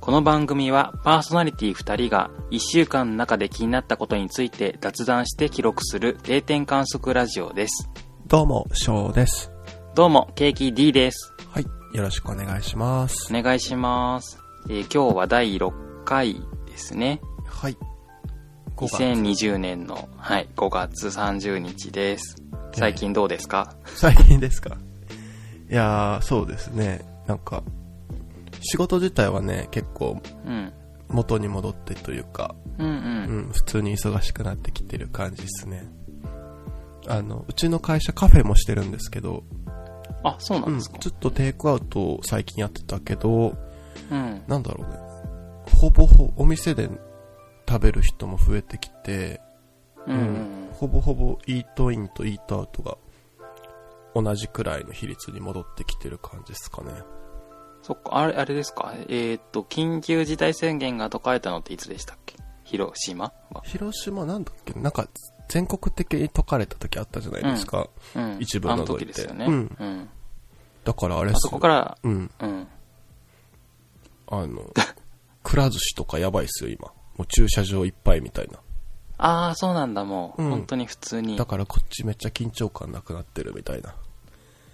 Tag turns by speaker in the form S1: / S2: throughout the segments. S1: この番組はパーソナリティ2人が1週間の中で気になったことについて雑談して記録する定点観測ラジオです。
S2: どうも、翔です。
S1: どうも、ケーキ D です。
S2: はい。よろしくお願いします。
S1: お願いします。えー今日は第6回ですね。
S2: はい。5
S1: 2020年の、はい、5月30日です。最近どうですか、
S2: 月。最近ですかいやー、そうですね。なんか、仕事自体はね、結構
S1: うん。
S2: 元に戻ってというか、
S1: うんう。
S2: うんん、普通に忙しくなってきてる感じですね。あの、うちの会社カフェもしてるんですけど、
S1: あ、そうなん
S2: うん、
S1: です
S2: ず
S1: か、
S2: っとテイクアウトを最近やってたけど、
S1: うん、
S2: なんだろうね。ほぼほぼお店で食べる人も増えてきて、
S1: うん。うん。
S2: ほぼほぼイートインとイートアウトが同じくらいの比率に戻ってきてる感じですかね。
S1: そっか、あれ、あれですかえーっと、緊急事態宣言が解かれたのっていつでしたっけ広島は。
S2: 広島なんだっけなんか全国的に解かれた時あったじゃないですか。
S1: うん。
S2: 一部を
S1: あの
S2: 除いて
S1: 時ですよね。
S2: う
S1: うんん。
S2: だからあれっ
S1: あ
S2: す
S1: そこから、
S2: うん。
S1: うん。
S2: あの、 くら寿司とかやばいっすよ、今。もう駐車場いっぱいみたいな。
S1: ああ、そうなんだ、もう。
S2: うん
S1: 本当に普通に
S2: だ。からこっちめっちゃ緊張感なくなってるみたいな。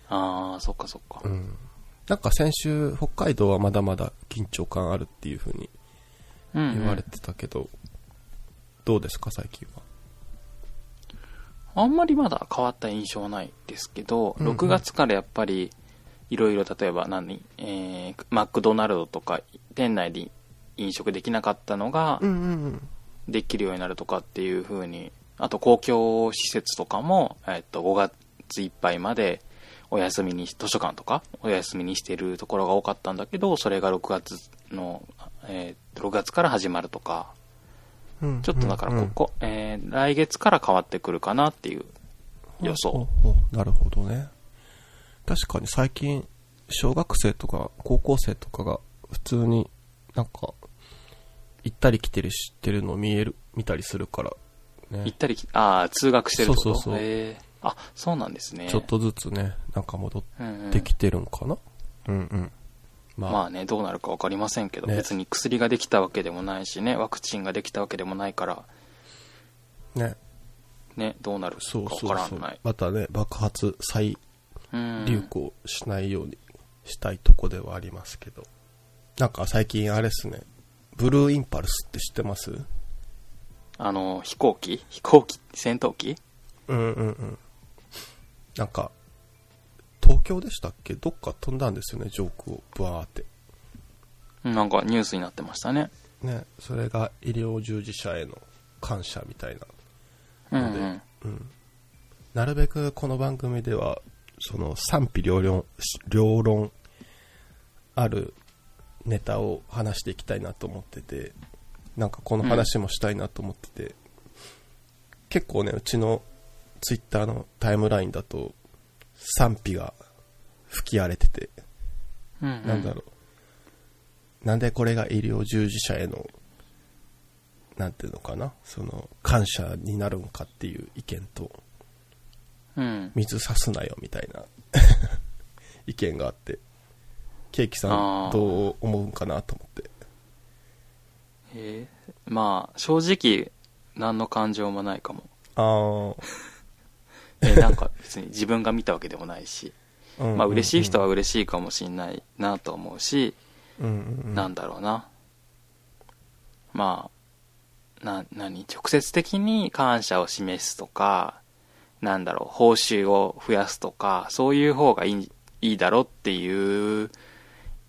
S1: ああ、そっかそっか。
S2: うん。なんか先週、北海道はまだまだ緊張感あるっていう風に
S1: うん、うん。
S2: 言われてたけど、どうですか、最近は。
S1: あんまりまだ変わった印象はないですけど、
S2: うんうん
S1: 6月からやっぱり、いろいろ例えば何、えー、マクドナルドとか、店内で飲食できなかったのが、
S2: んうんうん。
S1: できるようになるとかっていう風に、あと公共施設とかも、えっと、5月いっぱいまでお休みにし、図書館とかお休みにしてるところが多かったんだけど、それが6月の、えー6月から始まるとか、ちょっとだからここ、えー来月から変わってくるかなっていう予想。
S2: ほうほうなるほどね。確かに最近、小学生とか高校生とかが普通になんか、行ったり来てる知ってるの見える、見たりするから、ね
S1: 行っ。たり来、ああ、通学してるってこと
S2: そうそうそう
S1: へーあ、そうなんですね。
S2: ちょっとずつね、なんか戻っ
S1: うんうん、
S2: てきてるんかな、うん、うんうんまあ、
S1: まあね、どうなるか分かりませんけど、
S2: ね
S1: 別に薬ができたわけでもないしね、ワクチンができたわけでもないから、
S2: ね、
S1: ね、どうなるか
S2: そう
S1: 分
S2: そ
S1: か
S2: う
S1: ら
S2: そ
S1: ん
S2: う
S1: ない。。
S2: またね、爆発再
S1: うん
S2: 流行しないようにしたいとこではありますけど。なんか最近あれっすね、ブルーインパルスって知ってます
S1: あの、飛行機飛行機戦闘機
S2: うんうんうん。なんか、東京でしたっけどっか飛んだんですよね、上空を。ブワーって。
S1: うんなんかニュースになってましたね。
S2: ね、それが医療従事者への感謝みたいな。
S1: うん、う
S2: ので
S1: ん。
S2: なるべくこの番組では、その賛否両論、両論あるネタを話していきたいなと思ってて、なんかこの話もしたいなと思ってて、結構ね、うちのツイッターのタイムラインだと賛否が吹き荒れてて、
S1: うん、う
S2: なんだろう。なんでこれが医療従事者への、なんていうのかな、その、感謝になるんかっていう意見と、
S1: うん。
S2: 水さすなよみたいな 意見があって、ケーキさ
S1: あ
S2: ん
S1: ー
S2: どう思うんかなと思って。
S1: へえまあ、正直、何の感情もないかも。
S2: あ
S1: え、 なんか別に自分が見たわけでもないし、
S2: あ、
S1: まあ嬉しい人
S2: は、
S1: は嬉しいかもしんないなと思うし、
S2: うんうんうん、
S1: なんだろうな。まあ、な、何直接的に感謝を示すとか、なんだろう、報酬を増やすとか、そういう方がいい、いいだろっていう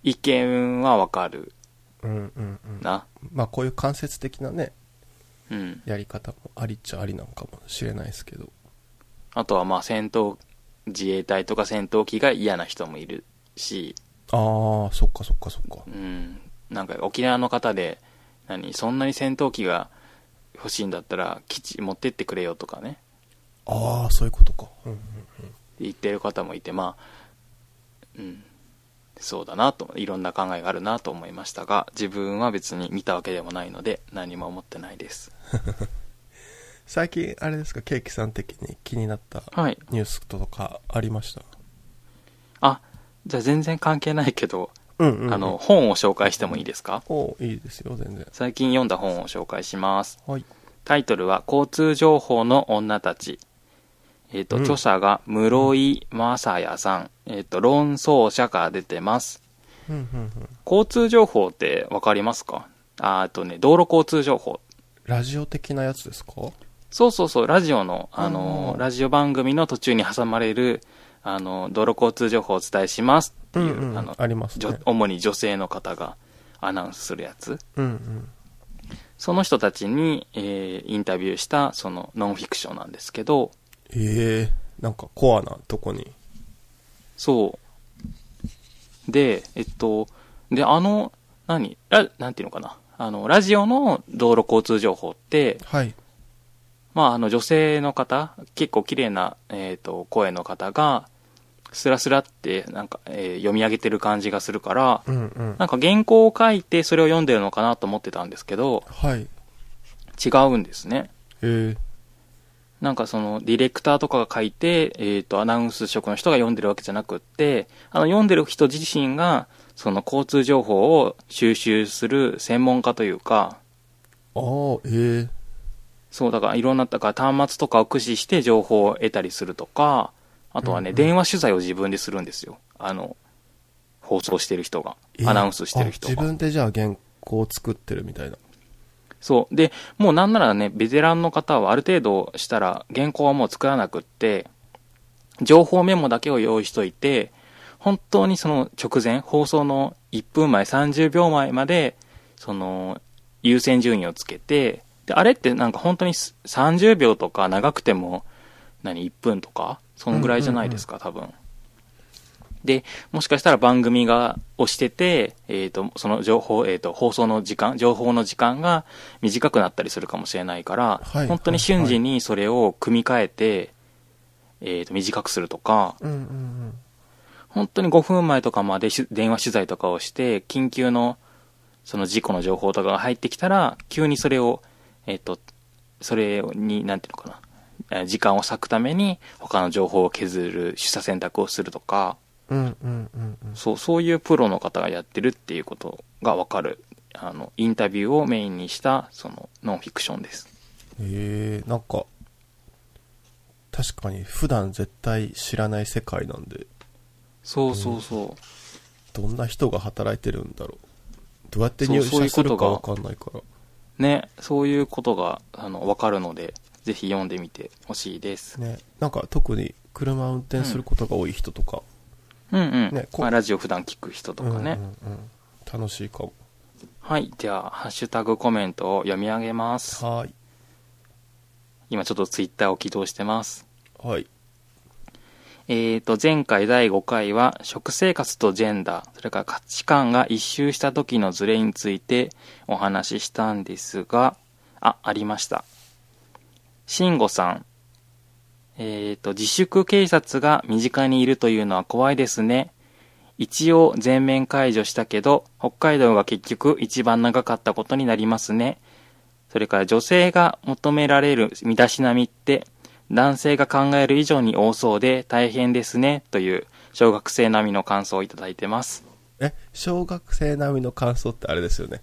S1: 意見はわかる
S2: うんうんうん。
S1: な。
S2: まあこういう間接的なね、
S1: うん。
S2: やり方もありっちゃありなのかもしれないですけど。
S1: あとはまあ戦闘、自衛隊とか戦闘機が嫌な人もいるし、
S2: ああ、そっかそっかそっか
S1: う。ん、なんか沖縄の方で、何、そんなに戦闘機が欲しいんだったら基地持ってってくれよとかね。
S2: ああ、そういうことか。うんうん
S1: 言ってる方もいてまあうんそうだなといろんな考えがあるなと思いましたが自分は別に見たわけでもないので何も思ってないです
S2: 最近、あれですか、ケーキさん的に気になった
S1: はい
S2: ニュースとかありました
S1: あじゃあ全然関係ないけど
S2: うんうんうん
S1: あの、本を紹介してもいいですか
S2: おいいですよ、全然。
S1: 最近読んだ本を紹介します。
S2: はい。
S1: タイトルは、交通情報の女たち。えっ、と、
S2: うん
S1: 著者が、室井正也さん。えっ、と、論争者から出てます。
S2: うんうんうん。
S1: 交通情報ってわかりますかあーっとね、道路交通情報。
S2: ラジオ的なやつですか
S1: そうそうそう、ラジオの、あの、
S2: うん
S1: ラジオ番組の途中に挟まれる、あの、道路交通情報をお伝えしますっていう、
S2: んん
S1: あの、
S2: あります
S1: じょ
S2: ね。
S1: 主に女性の方がアナウンスするやつ。
S2: うんうん。
S1: その人たちに、えーインタビューした、その、ノンフィクションなんですけど、
S2: ええなんかコアなとこに。
S1: そう。で、えっと、で、あの、何ラ、なんていうのかな。あの、ラジオの道路交通情報って、
S2: はい。
S1: まあ、あの、女性の方、結構綺麗な、えっ、と、声の方が、スラスラって、なんか、えー読み上げてる感じがするから、
S2: うんうん。
S1: なんか原稿を書いてそれを読んでるのかなと思ってたんですけど、
S2: はい。え
S1: 違うんですね。
S2: え
S1: なんかその、ディレクターとかが書いて、えっ、と、アナウンス職の人が読んでるわけじゃなくって、あの、読んでる人自身が、その交通情報を収集する専門家というか、
S2: ああ、ええ
S1: そう、だからいろんな、だから端末とかを駆使して情報を得たりするとか、あとはね、
S2: うんうん
S1: 電話取材を自分でするんですよ。あの、放送してる人が
S2: え、え
S1: アナウンスしてる人
S2: あ
S1: が。
S2: 自分でじゃあ原稿を作ってるみたいな。
S1: そう。で、もうなんならね、ベテランの方はある程度したら原稿はもう作らなくって、情報メモだけを用意しといて、本当にその直前、放送の1分前、30秒前まで、その、優先順位をつけて、で、あれってなんか本当にす30秒とか長くても、何、1分とかそのぐらいじゃないですか、多分。で、もしかしたら番組が押してて、えっ、と、その情報、えっ、と、放送の時間、情報の時間が短くなったりするかもしれないから、
S2: はい
S1: 本当に瞬時にそれを組み替えて、えっ、と、短くするとか、
S2: うんうん
S1: 本当に5分前とかまでし電話取材とかをして、緊急の、その事故の情報とかが入ってきたら、急にそれを、えっ、と、それに、なんていうのかな、えー時間を割くために、他の情報を削る、取査選択をするとか、
S2: うん。うんうんうんうん。
S1: そう、そういうプロの方がやってるっていうことがわかる、あの、インタビューをメインにした、その、ノンフィクションです。
S2: ええなんか、確かに普段絶対知らない世界なんで、
S1: そうそうそう。
S2: どんな人が働いてるんだろう。どうやって入
S1: そうそういうこ
S2: 社
S1: と
S2: する
S1: が
S2: かわかんないから。
S1: ね、そういうことが、あの、わかるので、ぜひ読んでみてほしいです。
S2: ね、なんか特に車運転することが多い人とか、
S1: うんうん。
S2: ねこ
S1: まあ、ラジオ普段聞く人とかね。
S2: うんうんうん楽しいかも
S1: はい。では、ハッシュタグコメントを読み上げます。
S2: はーい
S1: 今ちょっとツイッターを起動してます。
S2: はい
S1: えーと、前回第5回は、食生活とジェンダー、それから価値観が一周した時のズレについてお話ししたんですが、あ、ありました。慎吾さん。えーと、自粛警察が身近にいるというのは怖いですね。一応全面解除したけど、北海道が結局一番長かったことになりますね。それから女性が求められる身だしなみって、男性が考える以上に多そうで大変ですね、という小学生並みの感想をいただいてます。
S2: え小学生並みの感想ってあれですよね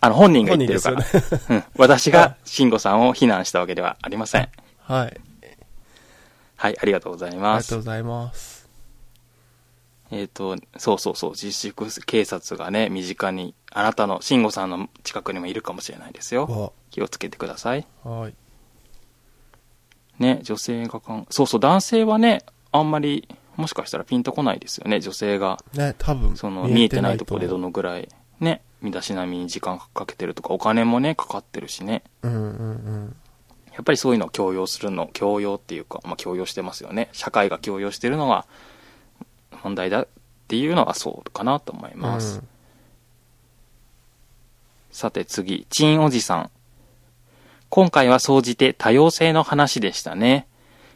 S1: あの、本人が言ってるか
S2: 本
S1: ら。
S2: 人ですよね
S1: うん私が慎吾さんを非難したわけではありません。
S2: はい
S1: はい、ありがとうござい
S2: あり
S1: ま
S2: がとう
S1: す。
S2: ございます
S1: えっ、と、そうそうそう、自粛警察がね、身近に、あなたの慎吾さんの近くにもいるかもしれないですよ。
S2: わ
S1: 気をつけてください。
S2: はい
S1: ね、女性がかん、そうそう、男性はね、あんまり、もしかしたらピンとこないですよね、女性が。
S2: ね多分
S1: その、見えてないところで
S2: 思
S1: ど
S2: う
S1: のぐらい、ね、身だしなみに時間かけてるとか、お金もね、かかってるしね。
S2: うんうん
S1: やっぱりそういうのを強要するの、強要っていうか、まあ強要してますよね。社会が強要してるのが、問題だっていうのはそうかなと思い
S2: うんう
S1: ます。
S2: ん
S1: さて次、チンおじさん。今回は総じて多様性の話でしたね。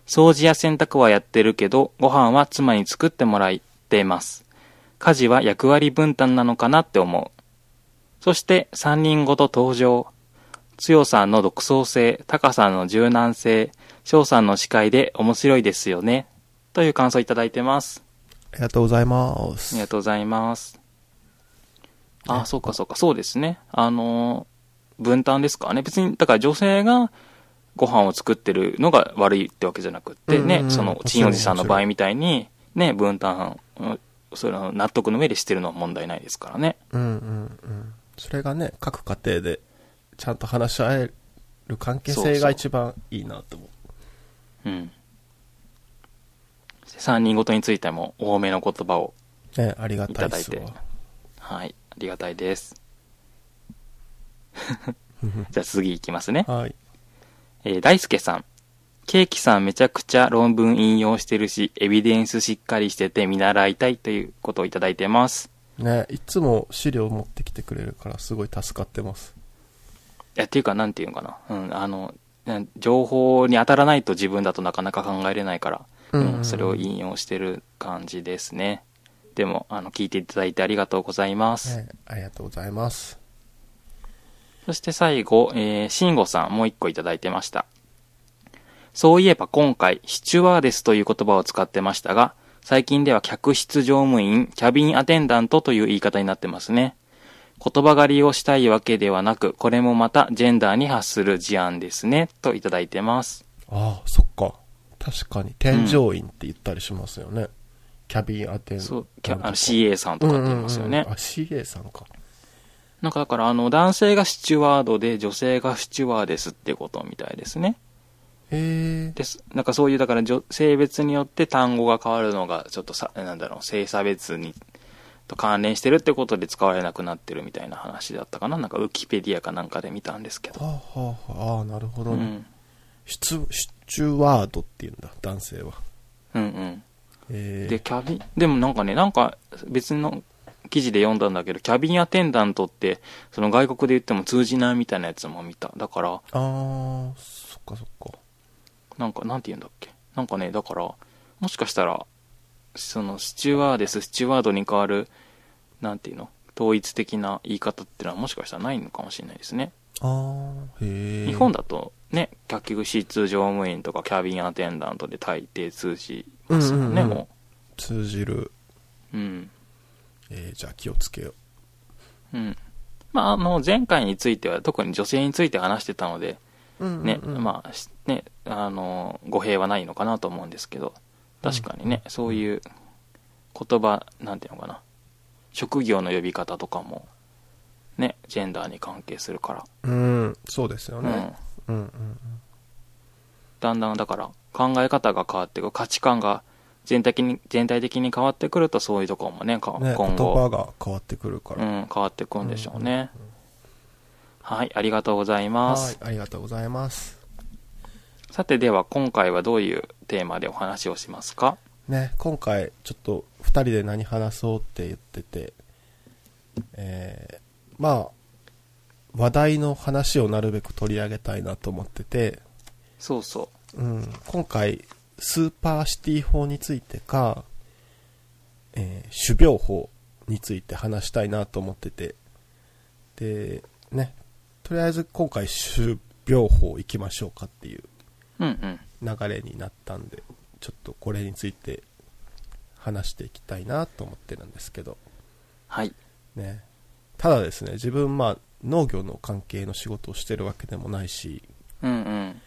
S1: 掃除や洗濯はやってるけど、ご飯は妻に作ってもらってます。家事は役割分担なのかなって思う。そして、三人ごと登場。強さんの独創性、高さんの柔軟性、翔さんの司会で面白いですよね。という感想いただいてます。
S2: ありがとうございます
S1: ありがとうございます。あ、そうかそうか、そうですね。あの、分担ですかね。別に、だから女性がご飯を作ってるのが悪いってわけじゃなくってね、
S2: うんうんうん
S1: その、チンおじさんの場合みたいに、ね、分担、うんそれは納得の上でしてるのは問題ないですからね。
S2: うんうんうん。それがね、各家庭でちゃんと話し合える関係性が一番いいなと思う。
S1: うん。3人ごとについても多めの言葉を
S2: ね、ありが
S1: いた
S2: たいで
S1: だい
S2: す
S1: て
S2: わ。。
S1: はい。ありがたいです。じゃあ次いきますね。
S2: はい。
S1: えー大輔さん。ケーキさんめちゃくちゃ論文引用してるし、エビデンスしっかりしてて見習いたいということをいただいてます。
S2: ね、いつも資料持ってきてくれるからすごい助かってます。
S1: いや、っていうか、なんていうのかな。うん、あの、なん情報に当たらないと自分だとなかなか考えれないから、
S2: うんうんうん
S1: うんそれを引用してる感じですね。でも、あの、聞いていただいてありがとうございます。
S2: ね、ありがとうございます。
S1: そして最後、えー、慎吾さんもう一個いただいてました。そういえば今回、シチュワーデスという言葉を使ってましたが、最近では客室乗務員、キャビンアテンダントという言い方になってますね。言葉狩りをしたいわけではなく、これもまたジェンダーに発する事案ですね、といただいてます。
S2: ああ、そっか。確かに、添乗員って言ったりしますよね。キャビンアテンダント
S1: そう、キャあの CA さんとかって言いますよね。
S2: うんうんうんあ、CA さんか。
S1: なんかだから、あの、男性がシチュワードで、女性がシチュワーデスってことみたいですね。
S2: へえ。
S1: です。なんかそういう、だから女、性別によって単語が変わるのが、ちょっとさ、なんだろう、性差別に、と関連してるってことで使われなくなってるみたいな話だったかな。なんか、ウィキペディアかなんかで見たんですけど。
S2: はあ、はあ、はああ、なるほ
S1: う
S2: ど、ね
S1: ん。
S2: シチュ、シチュワードっていうんだ、男性は。
S1: うんうん。
S2: え
S1: で、キャビン、でもなんかね、なんか、別の記事で読んだんだけど、キャビンアテンダントって、その外国で言っても通じないみたいなやつも見た。だから、
S2: あー、そっかそっか。
S1: なんか、なんて言うんだっけ。なんかね、だから、もしかしたら、その、スチュワーデス、スチュワードに代わる、なんていうの、統一的な言い方ってのはもしかしたらないのかもしれないですね。
S2: あー、へえ。
S1: 日本だと、ね、客室乗務員とかキャビンアテンダントで大抵通じますよね、
S2: うんうんうん
S1: も
S2: 通じる。
S1: う。うん。
S2: えー、じゃあ気をつけよ
S1: うん。まあ、あの、前回については、特に女性について話してたので、
S2: う。うん
S1: ね、まあ、しね、あの、語弊はないのかなと思うんですけど、確かにね、そういう言葉、なんていうのかな、職業の呼び方とかも、ね、ジェンダーに関係するか
S2: あ。うん、そうですよ
S1: ら、
S2: ね。
S1: うん
S2: うん、うん、うん。
S1: だんだんだから考え方が変わってくる、価値観が全体的に、全体的に変わってくると、そういうところもね、か
S2: ね、言
S1: 今後、
S2: 葉が変わってくるか
S1: う
S2: ら。
S1: ん、変わってくるんでしょうね。
S2: うんうんうん
S1: はい、ありがとうございま
S2: はい
S1: す。、
S2: ありがとうございます。
S1: さて、では今回はどういうテーマでお話をしますか
S2: ね、今回ちょっと2人で何話そうって言ってて、えーまあ話題の話をなるべく取り上げたいなと思ってて、
S1: そうそう。
S2: うん、今回スーパーシティ法についてか、えー種苗法について話したいなと思っててでねとりあえず今回種苗法行きましょうかっていう
S1: うんうん。
S2: 流れになったんでちょっとこれについて話していきたいなと思ってるんですけど
S1: はい。
S2: ねただですね自分まあ農業の関係の仕事をしてるわけでもないし
S1: うんうん。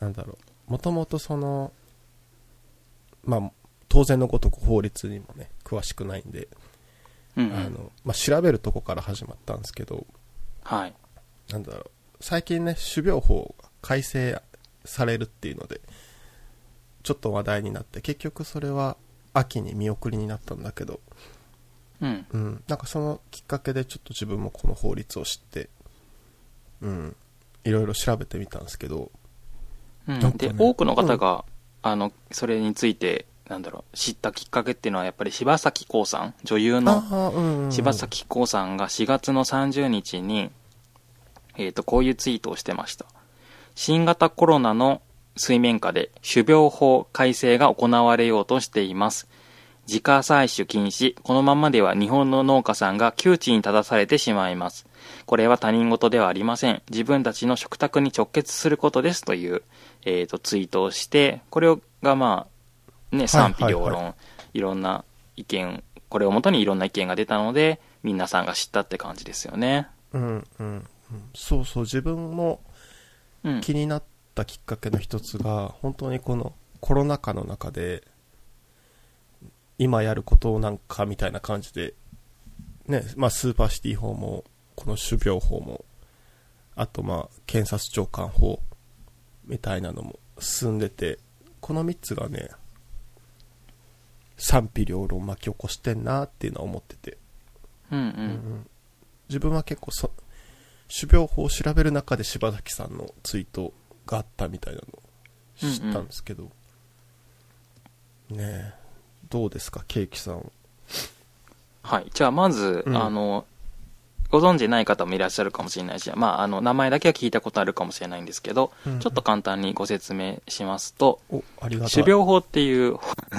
S2: なんだろうもともとそのまあ当然のごとく法律にもね詳しくないんで、
S1: うんうん
S2: あのまあ、調べるとこから始まったんですけど
S1: はい。
S2: なんだろう最近ね種苗法が改正されるっていうのでちょっと話題になって結局それは秋に見送りになったんだけど、
S1: うん。
S2: うん、なんかそのきっかけでちょっと自分もこの法律を知ってうんいろいろ調べてみたんですけど
S1: うん
S2: なんか
S1: で
S2: ね、
S1: 多くの方が、あの、それについて、なんだろう、知ったきっかけっていうのは、やっぱり柴咲コウさん、女優の
S2: あー、うんうんうん
S1: 柴咲コウさんが4月の30日に、えっ、と、こういうツイートをしてました。新型コロナの水面下で種苗法改正が行われようとしています。自家採取禁止。このままでは日本の農家さんが窮地に立たされてしまいます。これは他人事ではありません。自分たちの食卓に直結することですという、えっ、と、ツイートをして、これがまあ、ね、
S2: はいはいはい
S1: 賛否両論、いろんな意見、これをもとにいろんな意見が出たので、皆さんが知ったって感じですよね。
S2: うんうんうんそうそう自分も
S1: うん。
S2: 気になったきっかけの一つが本当にこのコロナ禍の中で今やることをなんかみたいな感じで、ねまあ、スーパーシティ法もこの種苗法もあとまあ検察長官法みたいなのも進んでてこの3つがね賛否両論巻き起こしてんなっていうのは思ってて
S1: うんう。
S2: うんん自分は結構そ種苗法を調べる中で柴崎さんのツイートがあったみたいなのを知ったんですけど、ねえどうですかケーキさん
S1: はい。じゃあ、まず、
S2: うん
S1: あの、ご存知ない方もいらっしゃるかもしれないし、まあ、あの、名前だけは聞いたことあるかもしれないんですけど、
S2: うんうん
S1: ちょっと簡単にご説明しますと、
S2: おありがた
S1: 種
S2: い
S1: 苗法っていう、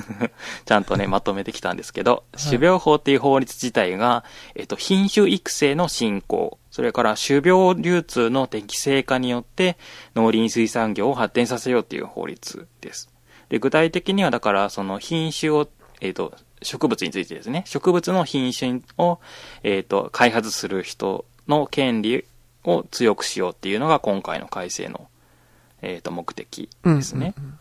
S1: ちゃんとね、まとめてきたんですけど、
S2: い
S1: 種苗法っていう法律自体が、えっと、品種育成の振興、それから種苗流通の適正化によって、農林水産業を発展させようっていう法律です。で、具体的には、だから、その品種を、えっと、植物についてですね、植物の品種を、えっと、開発する人の権利を強くしようっていうのが今回の改正の、えっと、目的ですね。
S2: うんうん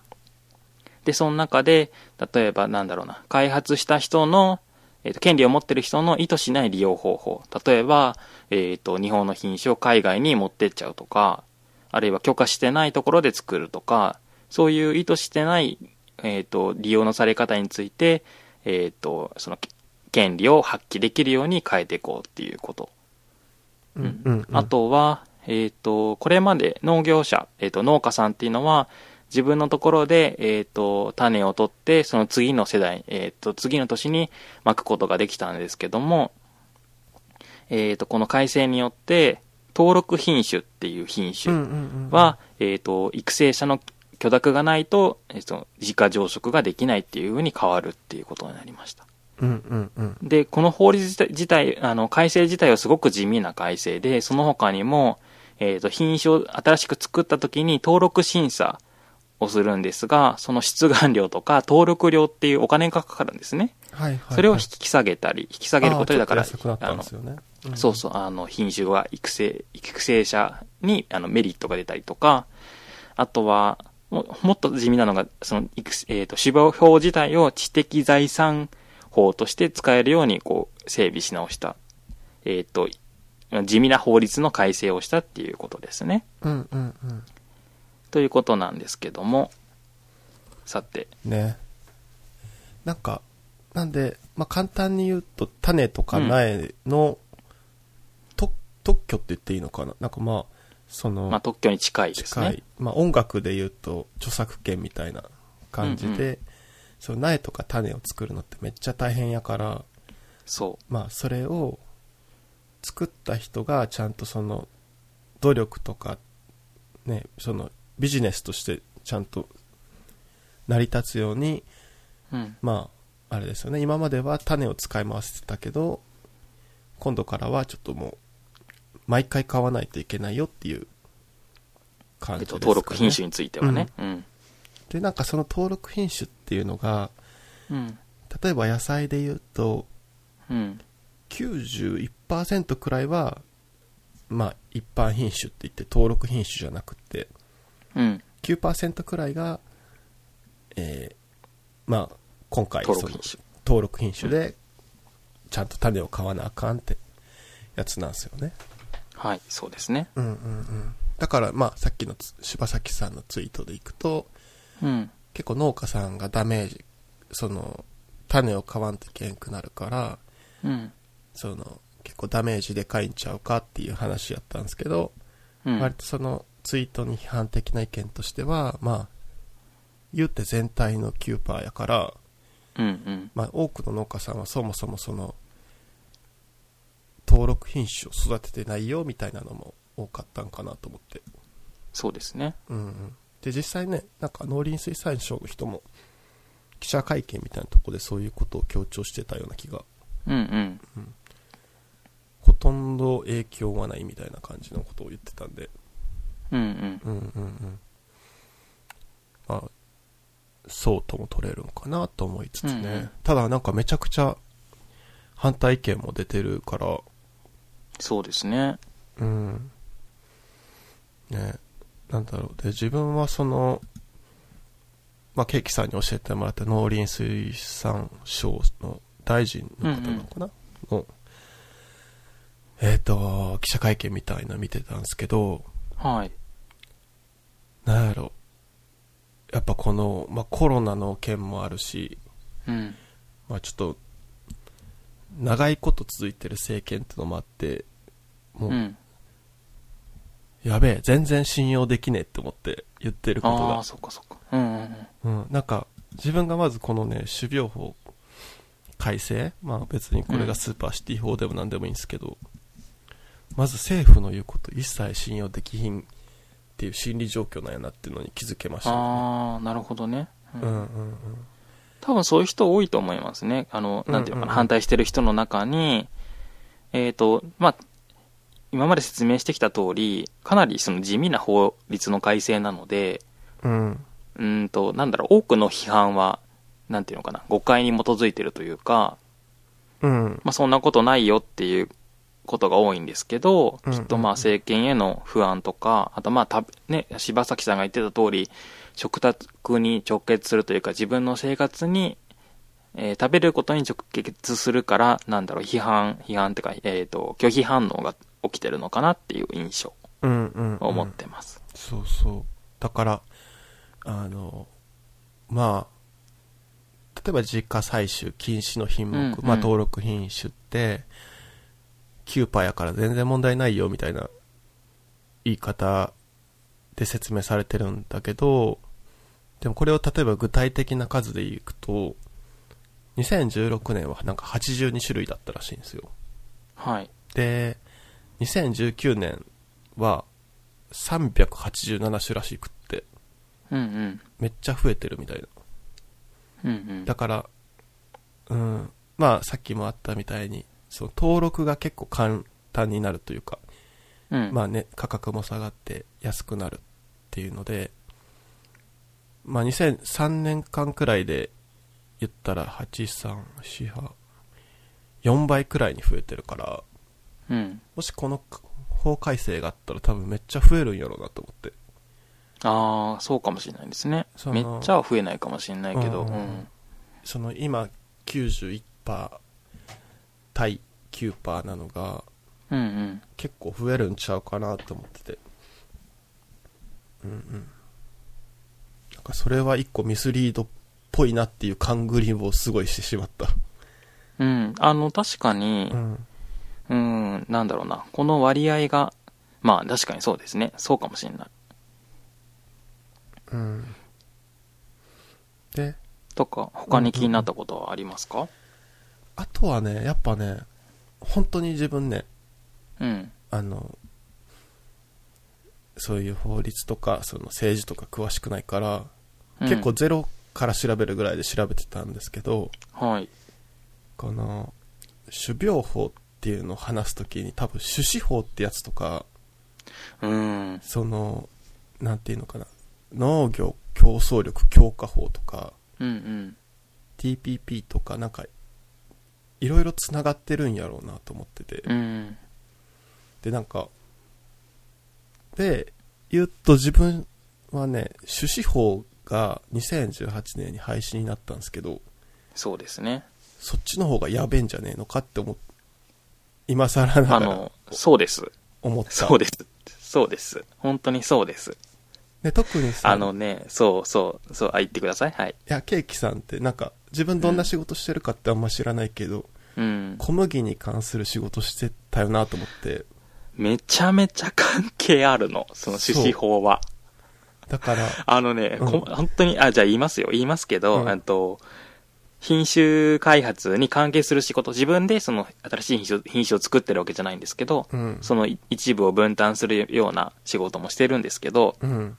S1: で、その中で、例えばなんだろうな、開発した人の、えっ、と、権利を持ってる人の意図しない利用方法。例えば、えっ、と、日本の品種を海外に持ってっちゃうとか、あるいは許可してないところで作るとか、そういう意図してない、えっ、と、利用のされ方について、えっ、と、その、け権利を発揮できるように変えていこうっていうこと。
S2: うんうんうんうん
S1: あとは、えっ、と、これまで農業者、えっ、と、農家さんっていうのは、自分のところで、えっ、と、種を取って、その次の世代、えっ、と、次の年に巻くことができたんですけども、えっ、と、この改正によって、登録品種っていう品
S2: うんう
S1: 種
S2: んうん
S1: は、えっ、と、育成者の許諾がないと、えっ、と、自家増殖ができないっていうふうに変わるっていうことになりました。
S2: うんうんうん
S1: で、この法律自体自体、あの、改正自体はすごく地味な改正で、その他にも、えっ、と、品種を新しく作った時に登録審査をするんですが、その出願料とか登録料っていうお金がかかるんですね。
S2: はいはいはい
S1: それを引き下げたり、引き下げることで、だ
S2: あー
S1: から、
S2: ちょっと安くなったん
S1: の
S2: で、すよね
S1: そうそう、あの、品種は育成、育成者にあのメリットが出たりとか、あとは、ももっと地味なのが、その、育成えっ、と、死亡表自体を知的財産法として使えるように、こう、整備し直した、えっ、と、地味な法律の改正をしたっていうことですね。
S2: うんうんうん
S1: ということなんですけども、さて、
S2: ねなんかなんで、まあ、簡単に言うと種とか苗の、と特許って言っていいのかななんかまあその、
S1: まあ、特許に近いです
S2: 近
S1: ね
S2: い。、まあ、音楽で言うと著作権みたいな感じで、
S1: うんう
S2: その苗とか種を作るのってめっちゃ大変やから、
S1: そ
S2: まあ、それを作った人がちゃんとその努力とか、ね、そのビジネスとしてちゃんと成り立つように
S1: う。うん。
S2: まあ、あれですよね。今までは種を使い回してたけど、今度からはちょっともう、毎回買わないといけないよっていう
S1: え
S2: 感
S1: っ、
S2: じで
S1: と、
S2: すか、ね。
S1: 登録品種についてはね。うん。
S2: で、なんかその登録品種っていうのが、
S1: うん。
S2: 例えば野菜で言うと、
S1: うん。
S2: 91%くらいは、まあ、一般品種って言って登録品種じゃなくて、
S1: うん。
S2: 9%くらいが、えーまあ、今回、
S1: 登録品種。
S2: 登録品種で、ちゃんと種を買わなあかんってやつなんですよね。
S1: はい、そうですね。
S2: うんうんうん。だから、まあ、さっきのつ柴崎さんのツイートでいくと、
S1: うん。
S2: 結構農家さんがダメージ、その、種を買わんといけんくなるから、
S1: うん。
S2: その、結構ダメージでかいんちゃうかっていう話やったんですけど、
S1: うん。
S2: 割とそのツイートに批判的な意見としては、まあ、言うて全体の9%やから、
S1: うんうん。
S2: まあ、多くの農家さんはそもそもその登録品種を育ててないよみたいなのも多かったんかなと思って、
S1: そうですね。
S2: うんうん、で実際ねなんか農林水産省の人も記者会見みたいなとこでそういうことを強調してたような気が
S1: うんうん。
S2: ほとんど影響はないみたいな感じのことを言ってたんで
S1: うんうん。
S2: うんうんうんまあそうとも取れるんかなと思いつつね、
S1: うんうん
S2: ただなんかめちゃくちゃ反対意見も出てるから、
S1: そうですね。
S2: うん。ねなんだろう。で、自分はその、まあ、ケーキさんに教えてもらった農林水産省の大臣の方なのかな、の、えっ、と、記者会見みたいなの見てたんですけど、
S1: はい。
S2: なんやろう。やっぱこの、まあ、コロナの件もあるし、
S1: うん。
S2: まあ、ちょっと、長いこと続いてる政権ってのもあって、もう、
S1: うん。
S2: やべえ、全然信用できねえって思って言ってること
S1: ああ
S2: が
S1: ー、。そっかそっか。うんうんうん。
S2: うん、なんか、自分がまずこのね、種苗法改正まあ別にこれがスーパーシティ法でも何でもいいんですけど、まず政府の言うこと一切信用できひんっていう心理状況なんやなっていうのに気づけましたね。
S1: ああ、なるほどね。う。
S2: うんうんんうん。
S1: 多分そういう人多いと思いますね。あの、なんていうのか
S2: うんうんう
S1: な、
S2: ん
S1: 反対してる人の中に、えっと、まあ、今まで説明してきた通り、かなりその地味な法律の改正なので、
S2: うん。
S1: うーんと、なんだろう、多くの批判は、なんていうのかな、誤解に基づいてるというか、
S2: うん。
S1: まあ、そんなことないよっていうことが多いんですけど、
S2: うん
S1: きっとまあ政権への不安とか、あとまあた、ね、柴崎さんが言ってた通り、食卓に直結するというか、自分の生活に、えー食べることに直結するから、なんだろう、批判、批判っていうか、えっ、と、拒否反応が起きてるのかなっていう印象
S2: うんうん。
S1: を持ってます。
S2: そうそう。だから、あの、まあ、例えば自家採取禁止の品目、
S1: うんうん
S2: まあ登録品種って、キューパーやから全然問題ないよみたいな言い方で説明されてるんだけど、でもこれを例えば具体的な数でいくと、2016年はなんか82種類だったらしいんですよ。
S1: はい。
S2: で、2019年は387種らしくって、
S1: うんうん。
S2: めっちゃ増えてるみたいな。
S1: うんうん。
S2: だから、うん、まあさっきもあったみたいに、その登録が結構簡単になるというか、
S1: うん。
S2: まあね、価格も下がって安くなるっていうので、まあ2003年間くらいで言ったら8、3、4、8 4倍くらいに増えてるから、
S1: うん。
S2: もしこの法改正があったら多分めっちゃ増えるんやろうなと思って。
S1: ああ、そうかもしれないですね
S2: そ。の
S1: めっちゃは増えないかもしれないけど、
S2: う
S1: うんん。
S2: その今91%対9%なのが
S1: うんうん。
S2: 結構増えるんちゃうかなと思ってて。うんうん。なんかそれは一個ミスリードっぽいなっていう勘ぐりをすごいしてしまった。
S1: うん、あの、確かに
S2: う、ん。
S1: うん、なんだろうな、この割合が、まあ確かにそうですね、そうかもしれない。
S2: うん。で、
S1: とか、他に気になったことはありますか
S2: あとはね、やっぱね、本当に自分ね、
S1: うん、
S2: あの、そういう法律とか、その政治とか詳しくないから、
S1: うん
S2: 結構ゼロから調べるぐらいで調べてたんですけど、
S1: はい。
S2: この、種苗法っていうのを話すときに多分種子法ってやつとか、
S1: うん、
S2: その、なんていうのかな、農業競争力強化法とか、
S1: うん、うん。
S2: TPP とかなんか、いろいろ繋がってるんやろうなと思ってて。
S1: うん、
S2: で、なんか、で、言うと自分はね、種子法が2018年に廃止になったんですけど、
S1: そうです ね。
S2: そっちの方がやべえんじゃねえのかって思っ、今更な
S1: あ
S2: がら
S1: の、そうです。
S2: 思った。
S1: そうです。そうです。本当にそうです。
S2: ね、特にさ、
S1: あのね、そうそう、そう、あ、言ってください。はい。
S2: いや、ケーキさんってなんか、自分どんな仕事してるかってあんま知らないけど、
S1: うん。
S2: 小麦に関する仕事してたよなと思って、
S1: めちゃめちゃ関係あるの、その種子法は。
S2: だから、
S1: あのね、こ
S2: うん
S1: 本当に、あ、じゃあ言いますよ。言いますけど、
S2: うん
S1: あと、品種開発に関係する仕事、自分でその新しい品種品種を作ってるわけじゃないんですけど、
S2: うん。
S1: そのい一部を分担するような仕事もしてるんですけど、
S2: うん。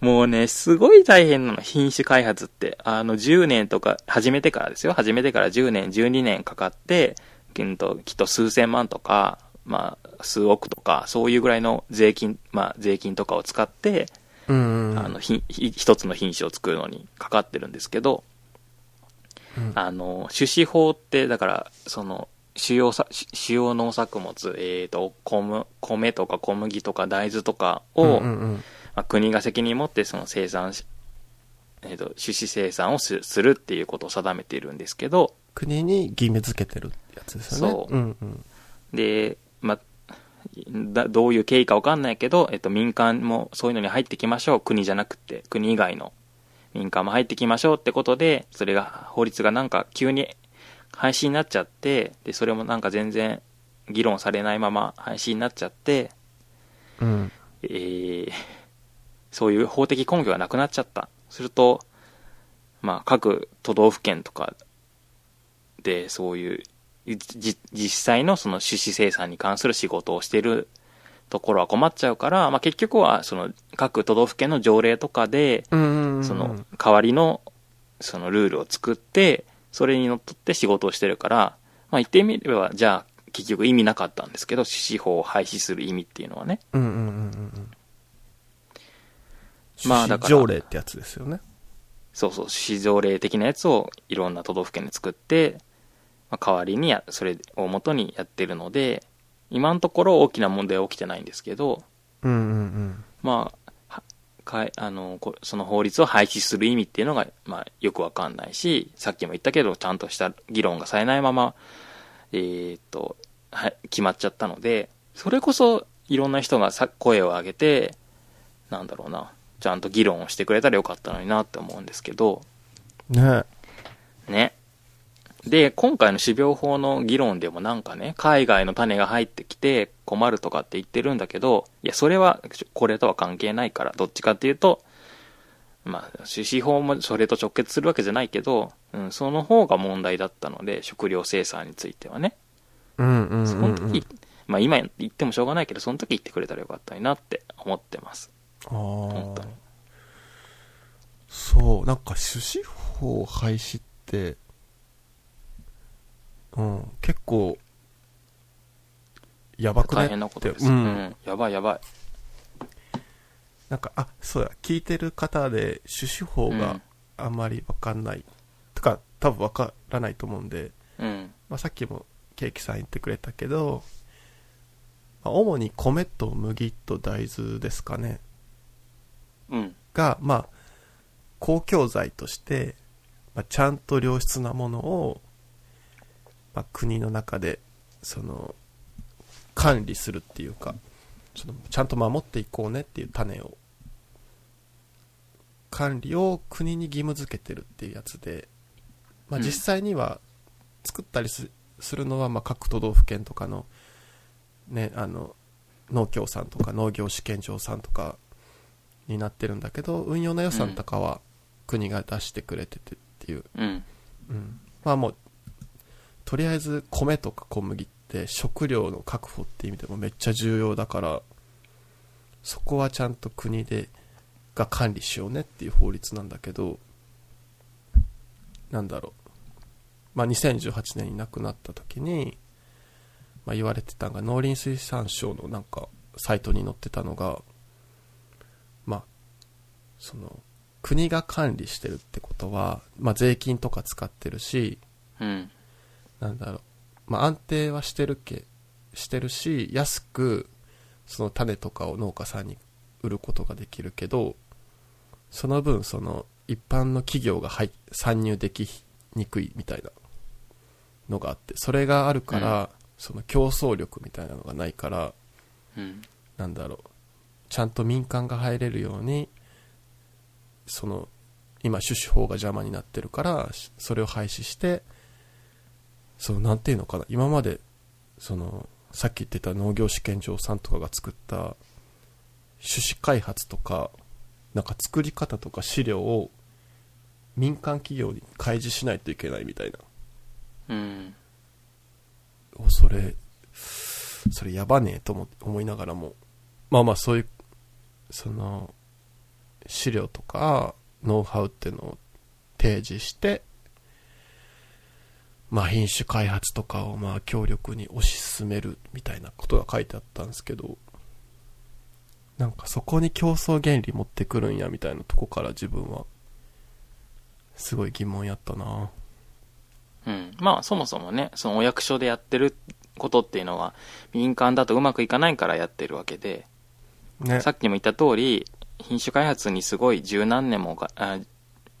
S1: もうね、すごい大変なの、品種開発って。あの、10年とか、始めてからですよ。始めてから10年、12年かかって、うんと、きっと数千万とか、まあ、数億とか、そういうぐらいの税金、まあ、税金とかを使って、
S2: うん。
S1: あの、ひ、ひ一つの品種を作るのにかかってるんですけど、
S2: うん、
S1: あの、種子法って、だから、その、主要さ、し主要農作物、えっ、と、米、米とか小麦とか大豆とかを、
S2: うんうん
S1: まあ、国が責任持ってその生産し、えっ、と、種子生産をすするっていうことを定めているんですけど、
S2: 国に義務付けてるやつですよね。
S1: そう
S2: うんうん。
S1: で、まあ、だどういう経緯かわかんないけど、えっと、民間もそういうのに入ってきましょう。国じゃなくて、国以外の民間も入ってきましょうってことで、それが、法律がなんか急に廃止になっちゃって、で、それもなんか全然議論されないまま廃止になっちゃって、
S2: うん。
S1: えーそういう法的根拠がなくなっちゃった。すると、まあ、各都道府県とかで、そういう、じ実際のその種子生産に関する仕事をしてるところは困っちゃうから、まあ、結局は、その、各都道府県の条例とかで、
S2: うんうんうん。
S1: その、代わりの、そのルールを作って、それにのっとって仕事をしてるから、まあ、言ってみれば、じゃあ、結局意味なかったんですけど、種子法を廃止する意味っていうのはね。
S2: うんうんうんうんうん。
S1: ま
S2: ま
S1: あ
S2: あ
S1: だから
S2: 条例ってやつですよね。
S1: そうそう、市場例的なやつをいろんな都道府県で作って、まあ代わりにや、それを元にやってるので、今のところ大きな問題は起きてないんですけど、
S2: うんうんうん。
S1: まあ、はかいあのこその法律を廃止する意味っていうのが、まあ、よくわかんないし、さっきも言ったけど、ちゃんとした議論がされないまま、えーっと、はい、決まっちゃったので、それこそ、いろんな人がさ声を上げて、なんだろうな、ちゃんと議論をしてくれたらよかったのになって思うんですけど、
S2: ね
S1: ね。で、今回の種苗法の議論でもなんかね、海外の種が入ってきて困るとかって言ってるんだけど、いや、それは、ちょこれとは関係ないから、どっちかっていうと、まあ、種子法もそれと直結するわけじゃないけど、うん、その方が問題だったので、食料生産についてはね。
S2: うんうんうんうん。
S1: その時、まあ今言ってもしょうがないけど、その時言ってくれたらよかったなって思ってます。
S2: あ
S1: 本当
S2: あ
S1: に。
S2: そう、なんか種子法廃止って、うん、結構、やばくない
S1: 大変なことです。
S2: う
S1: うんん。やばいやばい。
S2: なんか、あ、そうや、聞いてる方で、種子法
S1: う
S2: が
S1: ん
S2: あんまりわかんない。とか、多分わからないと思うんで、
S1: うん。
S2: まあ、さっきもケーキさん言ってくれたけど、まあ、主に米と麦と大豆ですかね。
S1: うん。
S2: が、まあ、公共財として、まあ、ちゃんと良質なものを、まあ、国の中で、その、管理するっていうか、そのちゃんと守っていこうねっていう種を、管理を国に義務付けてるっていうやつで、まあ、
S1: うん
S2: 実際には、作ったりすするのは、まあ、各都道府県とかの、ね、あの、農協さんとか農業試験場さんとかになってるんだけど運用の予算とかは国が出してくれててっていう、
S1: うん。
S2: うんまあもうとりあえず米とか小麦って食料の確保って意味でもめっちゃ重要だからそこはちゃんと国でが管理しようねっていう法律なんだけどなんだろう、まあ、2018年に亡くなった時に、まあ、言われてたのが農林水産省のなんかサイトに載ってたのがまあその国が管理してるってことは、まあ、税金とか使ってるし
S1: うん。
S2: なんだろう、まあ、安定はしてるけ、してるし、安く、その種とかを農家さんに売ることができるけど、その分、その、一般の企業が入っ参入できにくいみたいなのがあって、それがあるから、その競争力みたいなのがないから、
S1: うん。
S2: なんだろう、ちゃんと民間が入れるように、その、今、種子法が邪魔になってるから、しそれを廃止して、その、なんていうのかな、今まで、その、さっき言ってた農業試験場さんとかが作った、種子開発とか、なんか作り方とか資料を、民間企業に開示しないといけないみたいな。
S1: うん。
S2: おそれそれやばねえと思思いながらもまあまあそういうその資料とかノウハウっていうのを提示してまあ品種開発とかをまあ強力に推し進めるみたいなことが書いてあったんですけどなんかそこに競争原理持ってくるんやみたいなとこから自分はすごい疑問やったな
S1: うん。まあ、そもそもね、そのお役所でやってることっていうのは、民間だとうまくいかないからやってるわけで、
S2: ね。
S1: さっきも言った通り、品種開発にすごい十何年もかあ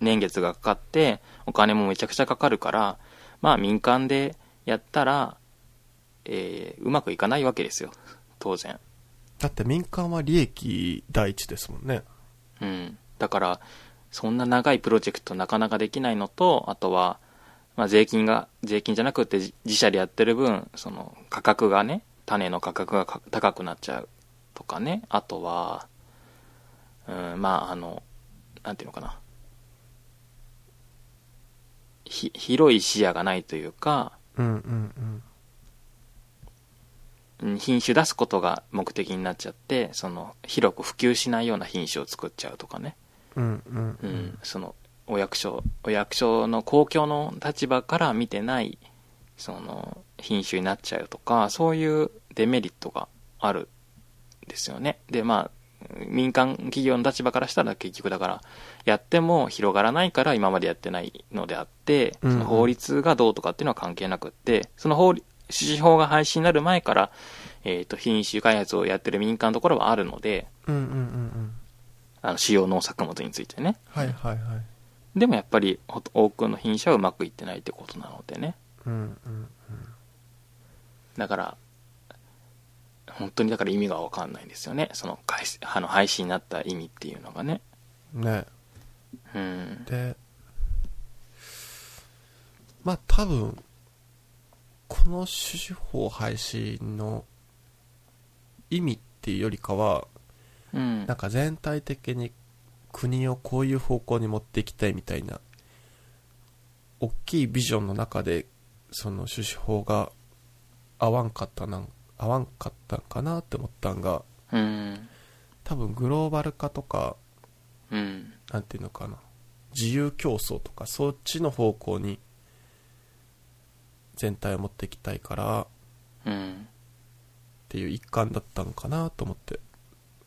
S1: 年月がかかって、お金もめちゃくちゃかかるから、まあ民間でやったら、えーうまくいかないわけですよ。当然。
S2: だって民間は利益第一ですもんね。
S1: うん。だから、そんな長いプロジェクトなかなかできないのと、あとは、まあ税金が、税金じゃなくて自自社でやってる分、その価格がね、種の価格がか高くなっちゃうとかね。あとは、うん、まああの、なんていうのかな。ひ、広い視野がないというか、
S2: うんうんうん。
S1: うん品種出すことが目的になっちゃって、その、広く普及しないような品種を作っちゃうとかね。
S2: うんうん
S1: う
S2: うんん。、
S1: そのお役所お役所の公共の立場から見てないその品種になっちゃうとかそういうデメリットがあるんですよねでまあ民間企業の立場からしたら結局だからやっても広がらないから今までやってないのであってそ
S2: うん
S1: の法律がどうとかっていうのは関係なくってその法律指示法が廃止になる前から、えー、と品種開発をやってる民間のところはあるので
S2: うんうんうんうん。
S1: あの主要農作物についてね
S2: はいはいはい。
S1: でもやっぱりほと多くの品種はうまくいってないってことなのでね。
S2: うんうん。
S1: だから、本当にだから意味がわかんないんですよね。その開始、あの、廃止になった意味っていうのがね。
S2: ね。
S1: うん。
S2: で、まあ多分、この手法配信の意味っていうよりかは、
S1: うん
S2: なん。か全体的に国をこういう方向に持っていきたいみたいな、大きいビジョンの中で、その趣旨法が合わんかったなん、合わんかったんかなって思ったんが、
S1: うん。
S2: 多分グローバル化とか、
S1: うん。
S2: なんていうのかな、自由競争とか、そっちの方向に全体を持っていきたいからっ
S1: うん。
S2: ていう一環だったのかなと思って。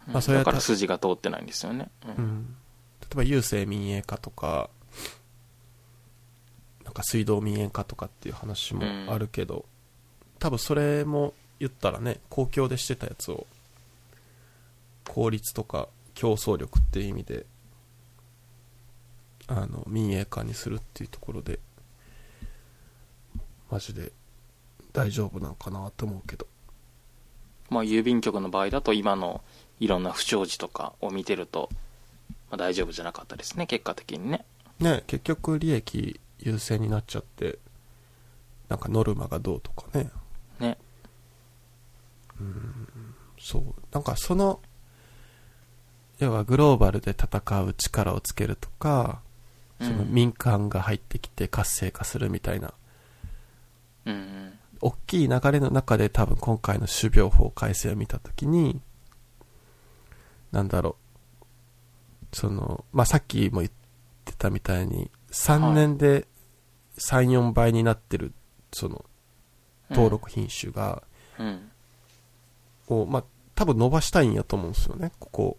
S2: まあそれは
S1: だから
S2: た
S1: 筋が通ってないんですよね。う。
S2: うんん、例えば郵政民営化とかなんか水道民営化とかっていう話もあるけど、多分それも言ったらね公共でしてたやつを効率とか競争力っていう意味であの民営化にするっていうところでマジで大丈夫なのかなと思うけど
S1: まあ郵便局の場合だと今のいろんな不祥事とかを見てると、まあ大丈夫じゃなかったですね。結果的にね。
S2: ね結局利益優先になっちゃってなんかノルマがどうとかね
S1: ね。
S2: そうなんかその要はグローバルで戦う力をつけるとかその民間が入ってきて活性化するみたいな、
S1: うん。うん。
S2: 大きい流れの中で多分今回の種苗法改正を見た時になんだろうそのまあさっきも言ってたみたいに3年で34倍になってるその登録品種が、
S1: うん。
S2: を、まあ、多分伸ばしたいんやと思うんですよね、ここ。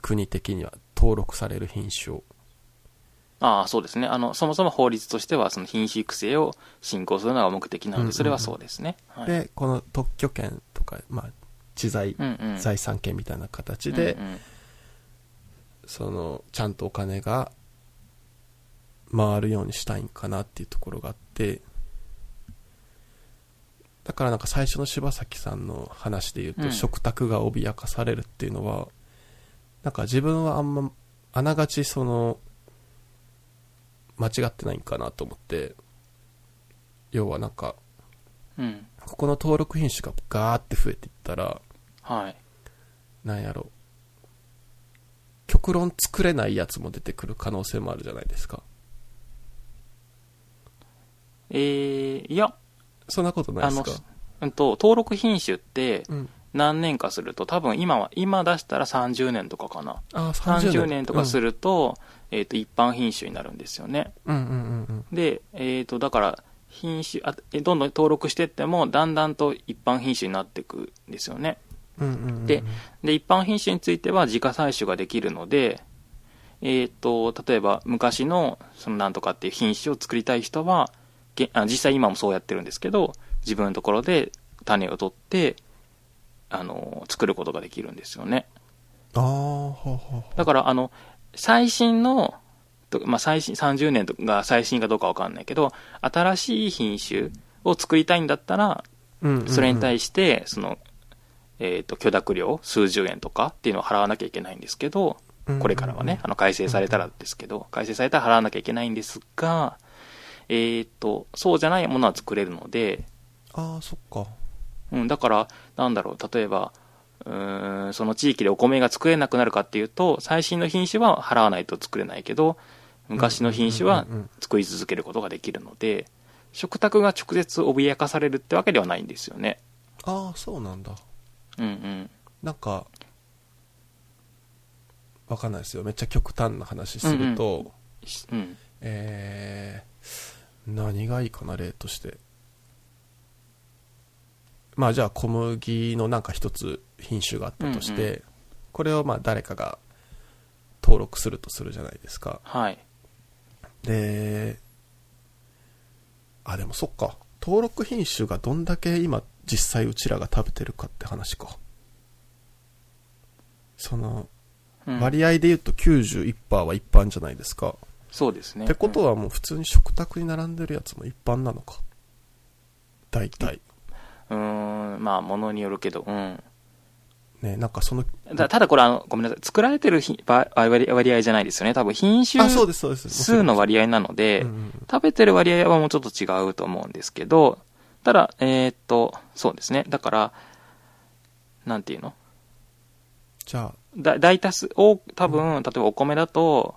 S2: 国的には登録される品種を。
S1: ああ、そうですね。あの、そもそも法律としては、その品種育成を進行するのが目的なの
S2: うんうんう
S1: で、
S2: ん
S1: それはそうですね。はい、
S2: で、この特許権とか、まあ、知財、
S1: うんうん、
S2: 財産権みたいな形で、
S1: うんうん
S2: その、ちゃんとお金が回るようにしたいんかなっていうところがあって、だからなんか最初の柴崎さんの話で言うと、
S1: うん
S2: 食卓が脅かされるっていうのは、なんか自分はあんま、あながちその、間違ってないんかなと思って、要はなんか、
S1: うん。
S2: ここの登録品種がガーって増えていったら、
S1: はい。
S2: なんやろ極論作れないやつも出てくる可能性もあるじゃないですか
S1: えー、いや、
S2: そんなことない
S1: あ
S2: です
S1: の
S2: か、
S1: うんと、登録品種って
S2: うん、
S1: 何年かすると、多分今は、今出したら30年とかかな。
S2: ああ
S1: 30年とかす
S2: る、
S1: ると、えっ、と、一般品種になるんですよね。
S2: うん、うんうんうん
S1: で、えっ、と、だから、品種あ、えどんどん登録してっても、だんだんと一般品種になっていくんですよね。
S2: うんうんうんうん
S1: でで、一般品種については自家採取ができるので、えー、と例えば昔のそのなんとかっていう品種を作りたい人はげあ実際今もそうやってるんですけど自分のところで種を取ってあの作ることができるんですよね
S2: ああ、はあはあ。
S1: だからあの最新のとまあ、最新30年とが最新かどうかわかんないけど新しい品種を作りたいんだったら
S2: うんうんうん
S1: それに対してその、えー、と許諾料数十円とかっていうのを払わなきゃいけないんですけどこれからはね、あの改正されたらですけど、改正されたら払わなきゃいけないんですが、えーっと、そうじゃないものは作れるので、
S2: ああ、そっか。
S1: うん、だから、なんだろう、例えば、うーん、その地域でお米が作れなくなるかっていうと、最新の品種は払わないと作れないけど、昔の品種は
S2: うんうんうんうん
S1: 作り続けることができるので、食卓が直接脅かされるってわけではないんですよね。
S2: ああ、そうなんだ。
S1: うんうん。
S2: なんか、わかんないですよ。めっちゃ極端な話すると、
S1: しうん。
S2: えー、何がいいかな、例として。まあじゃあ小麦のなんか一つ品種があったとして、
S1: うんう
S2: これをまあ誰かが登録するとするじゃないですか。
S1: はい。
S2: で、あ、でもそっか。登録品種がどんだけ今実際うちらが食べてるかって話か。その、
S1: うん
S2: 割合で言うと91%は一般じゃないですか。
S1: そうですね。
S2: ってことはもう普通に食卓に並んでるやつも一般なのか。大体。
S1: うん、うーん、まあ、ものによるけど、うん。
S2: ね、なんかその、
S1: だただこれあの、ごめんなさい。作られてるひば割割合じゃないですよね。多分品種
S2: あ、そうです、そうです。
S1: 数の割合なので、
S2: うんうん
S1: 食べてる割合はもうちょっと違うと思うんですけど、ただ、えーっと、そうですね。だから、なんていうの
S2: じゃあ、
S1: だ大多数、多多分、例えばお米だと、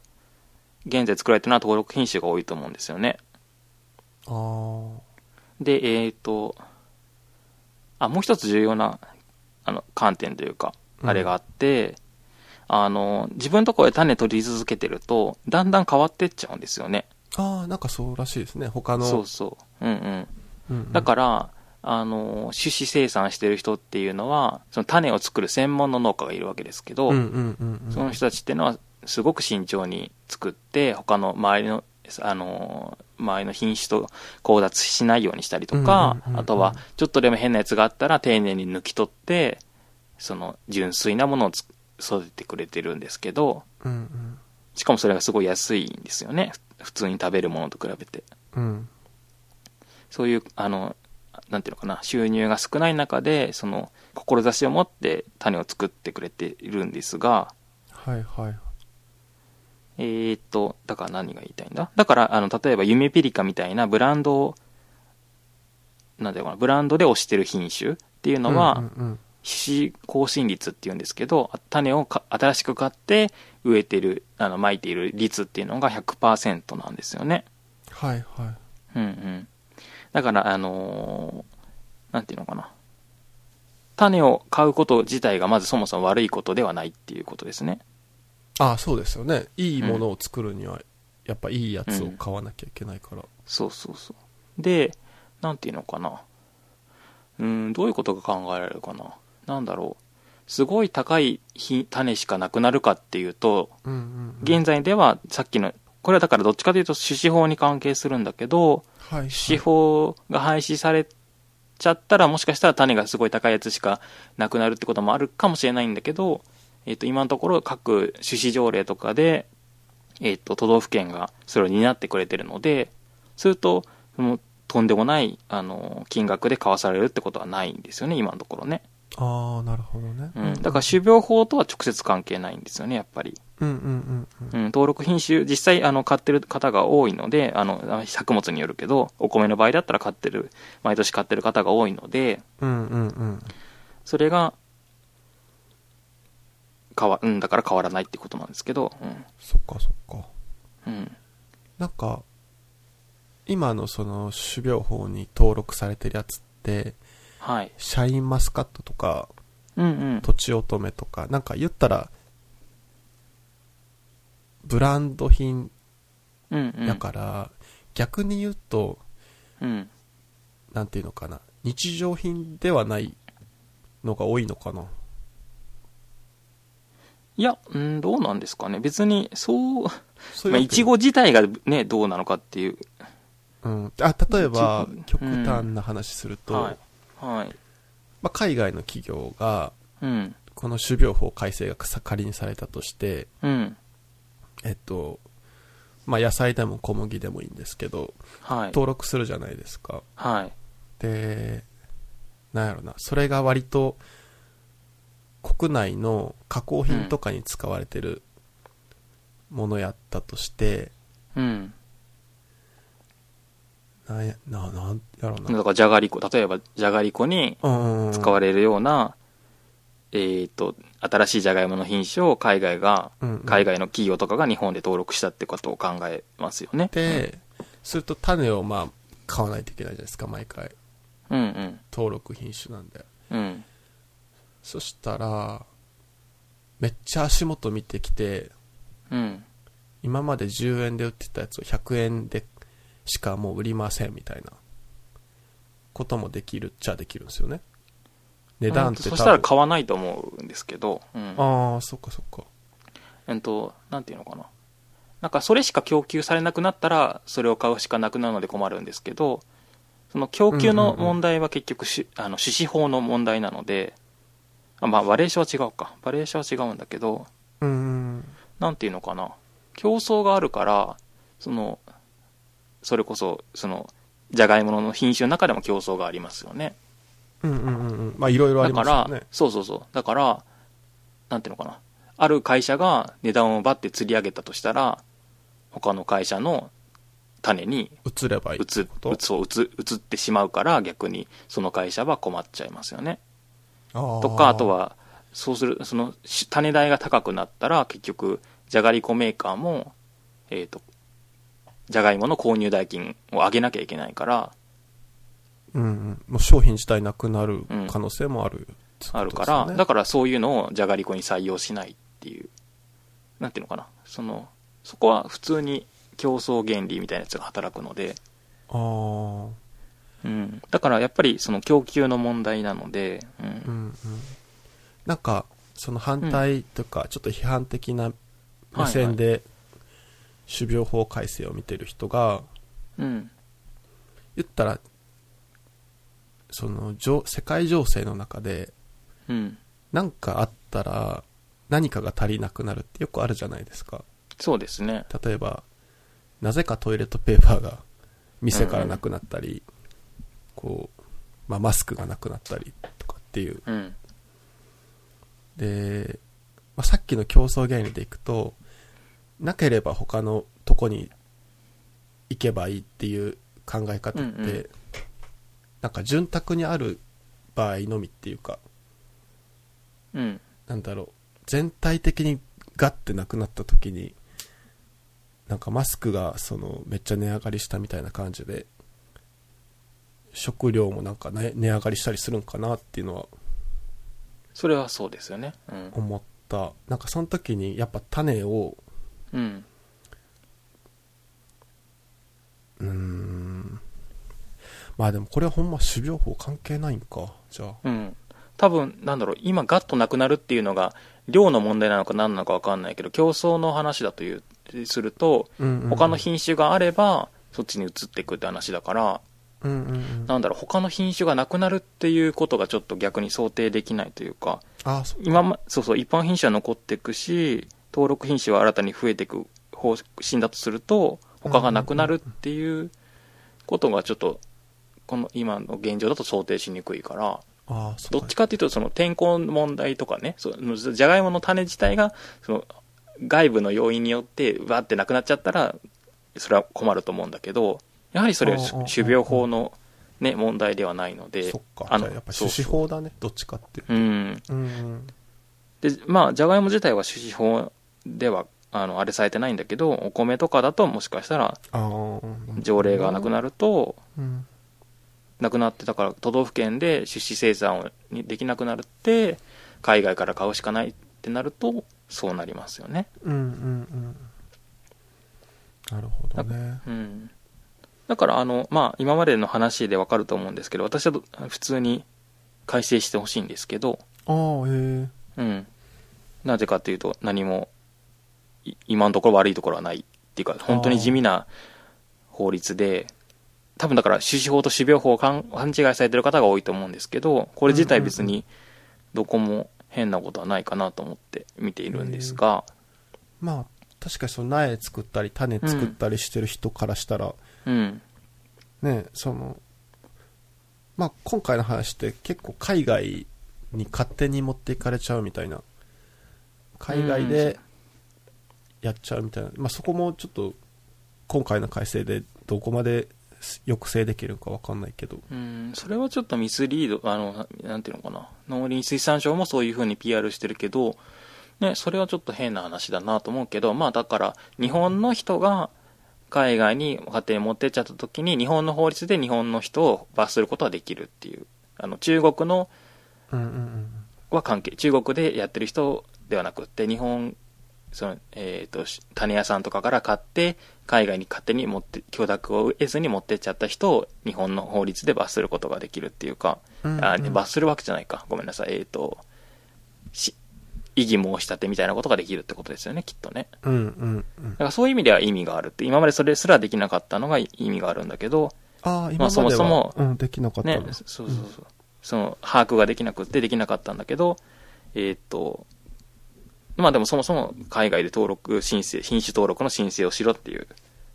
S1: 現在作られてるのは登録品種が多いと思うんですよね。
S2: あー
S1: で、えーっと、あ、もう一つ重要な、あの、観点というか、
S2: うん
S1: あれがあって、あの、自分のところで種取り続けてると、だんだん変わってっちゃうんですよね。
S2: あー、なんかそうらしいですね。他の。
S1: そうそう。うんうん。
S2: うんうん
S1: だから、あの、種子生産してる人っていうのは、その種を作る専門の農家がいるわけですけど、
S2: うんうんうんうん。
S1: その人たちっていうのは、すごく慎重に作って、他の周りの、あの、周りの品種と交雑しないようにしたりとか、
S2: うんうんうんうん
S1: あとは、ちょっとでも変なやつがあったら、丁寧に抜き取って、その、純粋なものをつ育ててくれてるんですけど、
S2: うんうん。
S1: しかもそれがすごい安いんですよね。普通に食べるものと比べて。
S2: うん。
S1: そういう、あの、なんていうのかな、収入が少ない中で、その、志を持って種を作ってくれているんですが、
S2: はいはい。
S1: えー、っと、だから何が言いたいんだだから、あの、例えば、ユメピリカみたいなブランドを、なんていうのかな、ブランドで推してる品種っていうのは、
S2: うんうん
S1: 種子更新率っていうんですけど、種をか新しく買って植えてる、あの、撒いている率っていうのが100%なんですよね。
S2: はいは
S1: う
S2: い。
S1: んうん。だから、あのーなんていうのかな。種を買うこと自体がまずそもそも悪いことではないっていうことですね。
S2: ああ、そうですよね。いいものを作るには、やっぱいいやつを買わなきゃいけないから。
S1: そうそうそう。で、なんていうのかな。うーん、どういうことが考えられるかな。なんだろう。すごい高いひ種しかなくなるかっていうと、
S2: うんうんうん。
S1: 現在ではさっきの、これはだからどっちかというと種子法に関係するんだけど、
S2: はい。
S1: 司法が廃止されちゃったらもしかしたら種がすごい高いやつしかなくなるってこともあるかもしれないんだけど、えっと今のところ各種子条例とかで、えっと都道府県がそれを担ってくれてるのでするともうとんでもないあの金額で買わされるってことはないんですよね今のところね、
S2: ああ、なるほどね。
S1: うん、だから種苗法とは直接関係ないんですよねやっぱり
S2: うんうんうんう
S1: う
S2: ん。
S1: ん、登録品種、実際あの買ってる方が多いのであの、あの作物によるけど、お米の場合だったら買ってる、毎年買ってる方が多いので、
S2: うんうんうん。
S1: それが、変わ、うん、だから変わらないってことなんですけど、
S2: そっかそっか。
S1: うん、うん、
S2: なんか、今のその種苗法に登録されてるやつって、
S1: はい。
S2: シャインマスカットとか、
S1: うんうん。
S2: とちおとめとか、なんか言ったら、ブランド品
S1: うんうん。
S2: だから、逆に言うと、
S1: うん。
S2: なんていうのかな、日常品ではないのが多いのかな。
S1: いや、うん、どうなんですかね。別に、そう、
S2: そう
S1: まあ、
S2: いう
S1: いちご自体がね、どうなのかっていう。
S2: うん、あ例えば
S1: いち
S2: 極
S1: ごうん
S2: 端な話すると、
S1: はい。はい。
S2: まあ、海外の企業が
S1: うん。
S2: この種苗法改正がさ仮にされたとして、
S1: うん。
S2: えっとまあ、野菜でも小麦でもいいんですけど
S1: はい。
S2: 登録するじゃないですか
S1: はい。
S2: でなんやろなそれが割と国内の加工品とかに使われてるものやったとして、
S1: うん。
S2: なんやななんやろな
S1: だから、じゃがりこ、例えば、じゃがりこに
S2: うん
S1: 使われるような、えっと、新しいじゃがいもの品種を海外が、
S2: うんうん
S1: 海外の企業とかが日本で登録したってことを考えますよね。
S2: で、すると種をまあ買わないといけないじゃないですか毎回
S1: うんうん。
S2: 登録品種なんで
S1: うん。
S2: そしたらめっちゃ足元見てきて
S1: うん。
S2: 今まで10円で売ってたやつを100円でしかもう売りませんみたいなこともできるっちゃできるんですよね値段って
S1: うん
S2: 多分
S1: そしたら買わないと思うんですけど、うん。
S2: ああそっかそっか
S1: えっと、なんていうのかな。なんかそれしか供給されなくなったら、それを買うしかなくなるので困るんですけど、その供給の問題は結局し、あの、種子法の問題なので、あまあ、バレーションは違うか。バレーションは違うんだけど、
S2: うーん
S1: なんていうのかな。競争があるから、その、それこそ、その、じゃがいもの品種の中でも競争がありますよね。
S2: うんうんうんうんまあいろいろあ
S1: だ
S2: り
S1: か
S2: ます
S1: ら、
S2: よね
S1: そうそうそう。だから、なんていうのかな。ある会社が値段をバッて釣り上げたとしたら、他の会社の種に
S2: 移ればいい
S1: 移
S2: ってこと
S1: 移を移移ってしまうから、逆にその会社は困っちゃいますよね。
S2: と
S1: とか、あとは、そうする、その、し種代が高くなったら、結局、じゃがりこメーカーも、えっ、と、じゃがいもの購入代金を上げなきゃいけないから、
S2: うんうん、もう商品自体なくなる
S1: うん
S2: 可能性もある、
S1: あるから、だ
S2: だ
S1: からそういうのをじゃがりこに採用しないっていう、なんていうのかな、その、そこは普通に競争原理みたいなやつが働くので、
S2: あー
S1: うん。だからやっぱりその供給の問題なので、う
S2: うん
S1: ん。
S2: うんなんかその反対とか、ちょっと批判的な目線で種苗法改正を見てる人が
S1: うん。
S2: 言ったらそのじょ世界情勢の中で
S1: うん。
S2: 何かあったら何かが足りなくなるってよくあるじゃないですか
S1: そうですね。
S2: 例えばなぜかトイレットペーパーが店からなくなったり、こう、まあ、マスクがなくなったりとかっていう
S1: うん。
S2: で、まあ、さっきの競争原理でいくとなければ他のとこに行けばいいっていう考え方って、
S1: うんうん
S2: なんか潤沢にある場合のみっていうか
S1: うん。
S2: なんだろう全体的にガッてなくなった時になんかマスクがそのめっちゃ値上がりしたみたいな感じで食料もなんか、ね、値上がりしたりするんかなっていうのは
S1: それはそうですよね。うん。
S2: 思ったなんかその時にやっぱ種を
S1: うん。
S2: うーんまあでもこれはほんま種苗法関係ないんかじゃあ
S1: うん。多分、なんだろう、今ガッとなくなるっていうのが、量の問題なのか何なのかわかんないけど、競争の話だという、すると、他の品種があれば、そっちに移っていくって話だから、
S2: うんうんうん
S1: なんだろう、他の品種がなくなるっていうことがちょっと逆に想定できないというか、
S2: ああそう
S1: 今ま、そうそう、一般品種は残っていくし、登録品種は新たに増えていく方針だとすると、他がなくなるっていうことがちょっと、この今の現状だと想定しにくいから、
S2: ああそう
S1: どっちかっていうと、その天候の問題とかね、そのじゃがいもの種自体が、その外部の要因によって、わーってなくなっちゃったら、それは困ると思うんだけど、やはりそれは
S2: うんうんうん
S1: 種苗法の、ね、問題ではないので、
S2: そっか
S1: あ
S2: じ
S1: の
S2: ゃあやっぱ
S1: そう
S2: 種
S1: そ
S2: 子
S1: う
S2: 法だねどっちかって
S1: うん。
S2: うんうん
S1: で、まあ、じゃがいも自体は種子法では、あの、あれされてないんだけど、お米とかだともしかしたら
S2: ああ
S1: 条例がなくな
S2: る
S1: ると、
S2: うん
S1: なくなってだから都道府県で出資生産をにできなくなるって海外から買うしかないってなるとそうなりますよね
S2: うんうんうんなるほどね
S1: うんだからあのまあ今までの話でわかると思うんですけど私はど普通に改正してほしいんですけど
S2: ああへえ
S1: うんなぜかっていうと何もい今のところ悪いところはないっていうか本当に地味な法律で多分だから種子法と種苗法を勘勘違いされてる方が多いと思うんですけどこれ自体別にどこも変なことはないかなと思って見ているんですが、
S2: まあ、確かにその苗作ったり、種作ったりしてる人からしたら、
S1: うん、
S2: ね、その、まあ、今回の話って結構海外に勝手に持っていかれちゃうみたいな。海外でやっちゃうみたいな。まあ、そこもちょっと、今回の改正でどこまで抑制できるかわかんないけど。
S1: うん、それはちょっとミスリード、あの、ななんていうのかな。農林水産省もそういうふうに PR してるけど、ね、それはちょっと変な話だなと思うけど、まあだから、日本の人が海外に勝手に持ってっちゃった時に、日本の法律で日本の人を罰することはできるっていう。あの、中国の
S2: うんうんうん。
S1: は関係、中国でやってる人ではなくって、日本、その、えっ、と、し種屋さんとかから買って、海外に勝手に持って、許諾を得ずに持ってっちゃった人を日本の法律で罰することができるっていうか、
S2: うんうん
S1: あ罰するわけじゃないか。ごめんなさい。えっ、と、し、異議申し立てみたいなことができるってことですよね、きっとね。
S2: うんうんうん
S1: だからそういう意味では意味があるって、今までそれすらできなかったのが意味があるんだけど、
S2: ああ、今までは、
S1: まあそもそも
S2: うん、できなかった
S1: ね
S2: の、
S1: そそうそうそう。その、把握ができなくってできなかったんだけど、えーっと、まあでもそもそも海外で登録申請、品種登録の申請をしろっていう、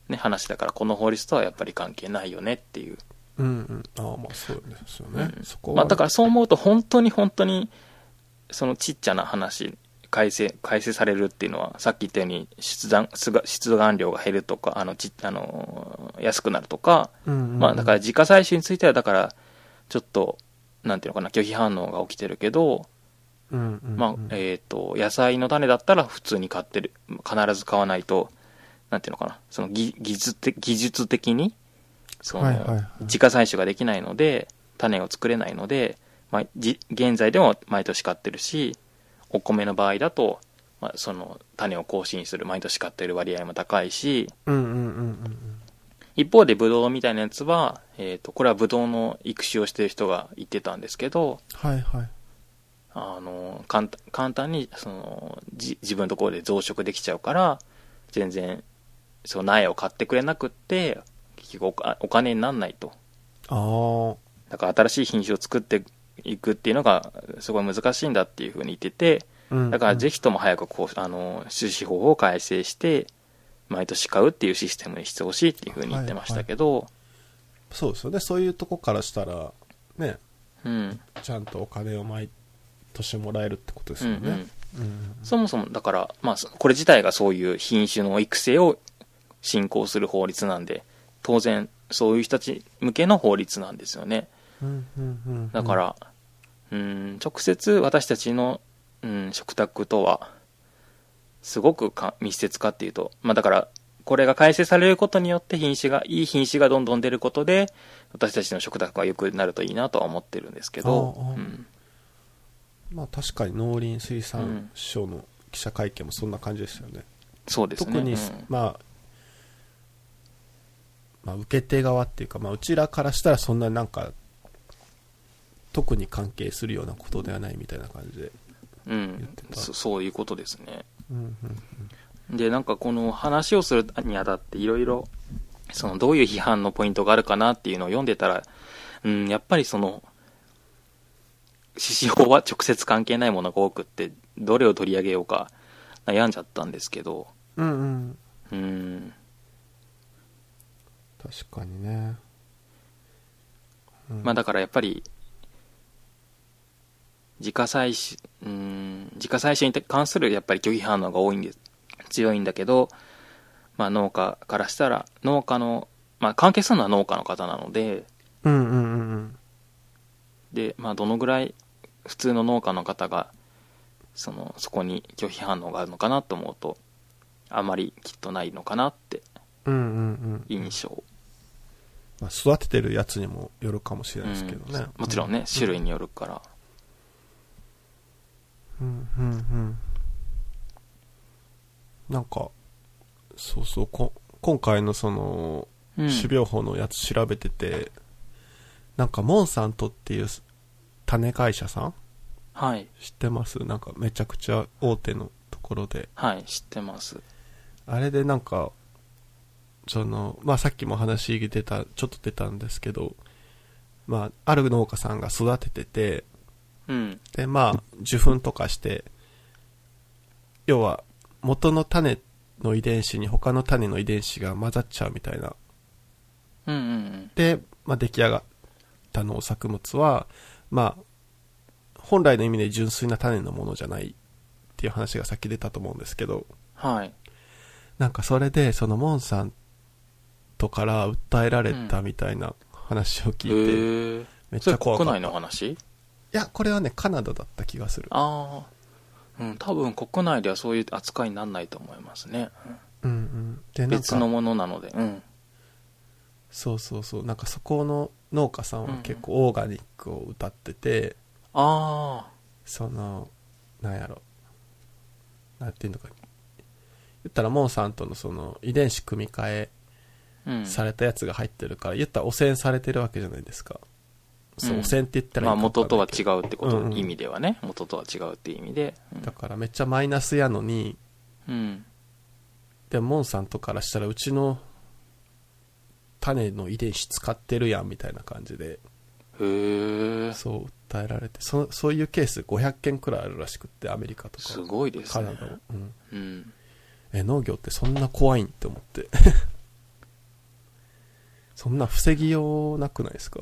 S1: ね、話だから、この法律とはやっぱり関係ないよねっていう。
S2: うんうん。ああ、まあそうですよね。
S1: うん
S2: そこは、
S1: まあ、だからそう思うと本当に本当にそのちっちゃな話改正改正されるっていうのはさっき言ったように出願出出願量が減るとかあのちあの安くなるとか、
S2: うんうんうん
S1: まあ、だから自家採取についてはだからちょっとなんていうのかな拒否反応が起きてるけど、
S2: うんうんうん
S1: まあえー、と野菜の種だったら普通に買ってる必ず買わないとなんていうのかなその技技術的技術的にその、
S2: はいはいはい
S1: 自家採取ができないので種を作れないので、まあ、じ現在でも毎年買ってるしお米の場合だと、まあ、その種を更新する毎年買ってる割合も高いし
S2: うんうんうんうん
S1: 一方でブドウみたいなやつは、えー、とこれはブドウの育種をしてる人が言ってたんですけど
S2: はいはい
S1: あの簡単簡単にそのじ自分のところで増殖できちゃうから全然その苗を買ってくれなくって結局おかお金にならないと
S2: ああ
S1: だから新しい品種を作っていくっていうのがすごい難しいんだっていうふうに言っててだからぜ
S2: ひ、
S1: ひとも早くこうあの種子法を改正して毎年買うっていうシステムにしてほしいっていうふうに言ってましたけど、
S2: そうですよねそういうとこからしたらね
S1: うん
S2: ちゃんとお金を毎年もらえるってことで
S1: う
S2: す
S1: んう
S2: よね
S1: ん
S2: うんうん
S1: そもそもだから、まあ、そこれ自体がそういう品種の育成を進行する法律なんで当然そういう人たち向けの法律なんですよね
S2: うんうんうんうん
S1: だから、うん、直接私たちの、うん、食卓とは、すごくか密接かっていうと、まあだから、これが改正されることによって品種が、いい品種がどんどん出ることで、私たちの食卓が良くなるといいなとは思ってるんですけど、
S2: ああああ
S1: うん
S2: まあ確かに農林水産省の記者会見もそんな感じですよね、
S1: そうですね。
S2: 特に、
S1: うん
S2: まあまあ受け手側っていうか、まあ、うちらからしたらそんななんか特に関係するようなことではないみたいな感じで、
S1: う
S2: 言っ
S1: ん
S2: て、た
S1: そそういうことですね。
S2: うんうん
S1: で、なんかこの話をするにあたっていろいろ、そのどういう批判のポイントがあるかなっていうのを読んでたら、うん、やっぱりその、獅子法は直接関係ないものが多くって、どれを取り上げようか悩んじゃったんですけど、
S2: うんうん
S1: うん、
S2: 確かにね、うん
S1: まあだからやっぱり、自家採取、うん、自家採取に関するやっぱり拒否反応が多いんです、強いんだけど、まあ農家からしたら、農家の、まあ関係するのは農家の方なので、
S2: うんうんうんうん
S1: で、まあ、どのぐらい普通の農家の方がそのそこに拒否反応があるのかなと思うとあまりきっとないのかなって
S2: うんうんうん
S1: 印象
S2: まあ、育ててるやつにもよるかもしれないですけどね、
S1: うんもちろんね、種類によるから
S2: うんうんうんなんかそうそうこ今回のその
S1: うん
S2: 種苗法のやつ調べてて、なんかモンサントっていう種会社さん
S1: はい。
S2: 知ってますなんかめちゃくちゃ大手のところで。
S1: はい、知ってます。
S2: あれでなんか、その、まあさっきも話出た、ちょっと出たんですけど、まあ、ある農家さんが育ててて、
S1: うん。
S2: で、まあ、受粉とかして、要は、元の種の遺伝子に他の種の遺伝子が混ざっちゃうみたいな。
S1: うんうんうん。
S2: で、まあ、出来上がった農作物は、まあ、本来の意味で純粋な種のものじゃないっていう話がさっき出たと思うんですけど、
S1: はい。
S2: なんかそれで、そのモンさんとから訴えられたみたいな話を
S1: へ
S2: 聞いて、
S1: ー。
S2: めっ
S1: そ
S2: ち
S1: れ
S2: ゃ怖か
S1: 国
S2: った。
S1: 内
S2: い
S1: の話
S2: や、これはね、カナダだった気がする。
S1: ああ。うん、多分国内ではそういう扱いにならないと思いますね。うん
S2: うんうん。で、なん
S1: 別
S2: か、
S1: のものなので。うん。
S2: そうそうそうなんかそこの農家さんは結構オーガニックを歌ってて、
S1: あ
S2: そのなんやろなんていうのか言ったらモンさんとのその遺伝子組み
S1: あ。
S2: 換
S1: うん。
S2: えされたやつが入ってるから、言ったら汚染されてるわけじゃないですか、そ
S1: う
S2: う
S1: ん
S2: 汚染って言ったら
S1: まあ
S2: いいか分
S1: 元と
S2: かんな
S1: はい違
S2: けど
S1: うってこと、
S2: うんうん
S1: 意味ではね。元とは違うって意味で。
S2: だからめっちゃマイナスやのに
S1: うん。うん、
S2: でもモンさんとからしたらうちの種の遺伝子使ってるやんみたいな感じで
S1: へえ。
S2: そう訴えられてそそういうケース500件くらいあるらしくってアメリカとか
S1: すごいです
S2: カ
S1: ね
S2: ナ。ダも、うん、
S1: うん。
S2: え農業ってそんな怖いんって思って そんな防ぎようなくないですか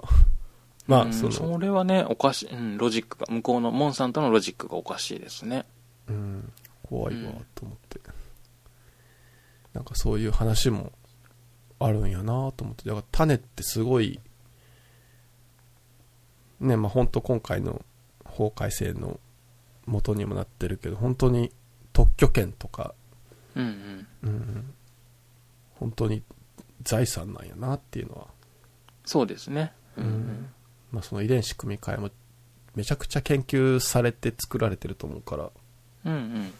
S2: まあ、
S1: うん
S2: その
S1: それはね、おかしい、うん、ロジックが、向こうの、モンさんとのロジックがおかしいですね。
S2: うん、怖いわ
S1: うん
S2: と思って、なんかそういう話もあるんやなと思ってだから種ってすごいねまあ本当今回の法改正の元にもなってるけど本当に特許権とか、
S1: うんうん。
S2: うん、本当に財産なんやなっていうのは、
S1: そうですね。
S2: まあ、その遺伝子組み換えもめちゃくちゃ研究されて作られてると思うから
S1: うん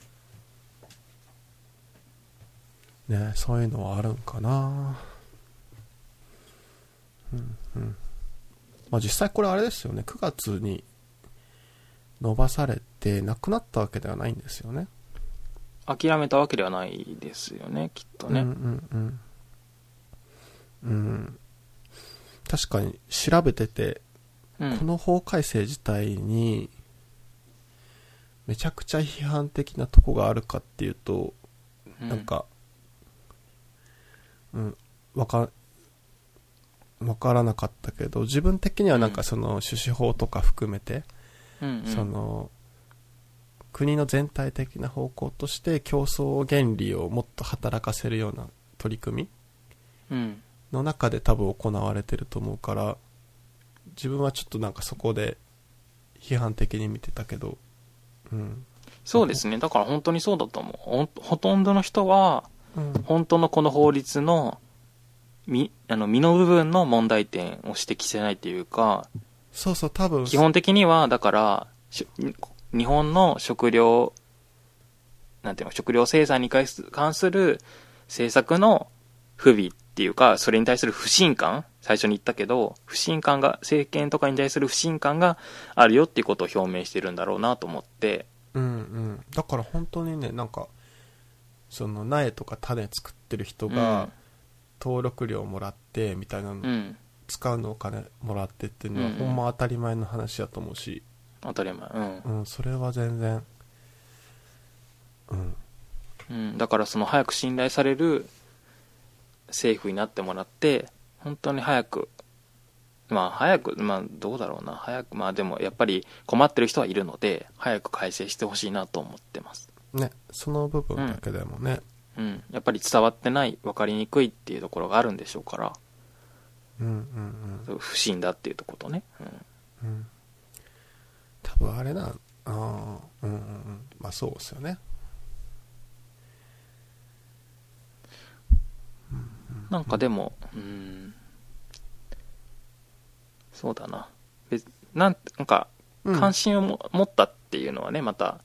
S1: うん。
S2: ねそういうのはあるんかなうんうんまあ実際これあれですよね9月に伸ばされてなくなったわけではないんですよね
S1: 諦めたわけではないですよね、きっと
S2: うん
S1: ね。
S2: うんうんうん確かに調べてて
S1: うん。
S2: この法改正自体にめちゃくちゃ批判的なとこがあるかっていうと、
S1: う
S2: なん、か、うん、わか、わからなかったけど、自分的にはなん
S1: う
S2: か
S1: ん
S2: その種子法とか含めて、
S1: うんうん、
S2: その、国の全体的な方向として競争原理をもっと働かせるような取り組
S1: う
S2: み
S1: ん。
S2: の中で多分行われてると思うから自分はちょっとなんかそこで批判的に見てたけどうん、
S1: そうですね。だから本当にそうだと思う。ほんほとんどの人は、
S2: うん、
S1: 本当のこの法律の、み、あの、身の部分の問題点を指摘してないっていうか、
S2: そうそう多分
S1: 基本的には、だから、し日本の食料、なんていうの、食料生産に関す関する政策の不備っていうか、それに対する不信感、最初に言ったけど、不信感が、政権とかに対する不信感があるよっていうことを表明してるんだろうなと思って、
S2: うんうんだから本当にねなんかその苗とか種作ってる人が登録料もらってみたいなの、
S1: うん、うん、
S2: 使うのお金もらってっていうのは
S1: うんうん
S2: ほんま当たり前の話やと思うし、
S1: 当たり前、うん
S2: う。ん、それは全然うん
S1: うん、だからその早く信頼される政府になってもらって本当に早くまあ早くまあどうだろうな早くまあでもやっぱり困ってる人はいるので早く改正してほしいなと思ってます
S2: ねその部分だけでもね、
S1: うんやっぱり伝わってない分かりにくいっていうところがあるんでしょうから
S2: うんうんうん
S1: そう不信だっていうとことね、うん、
S2: うん多分あれなあーうんうんうんまあそうですよね
S1: なんかでもうんそうだな別なんなんか
S2: うん
S1: 関心をも持ったっていうのはねまた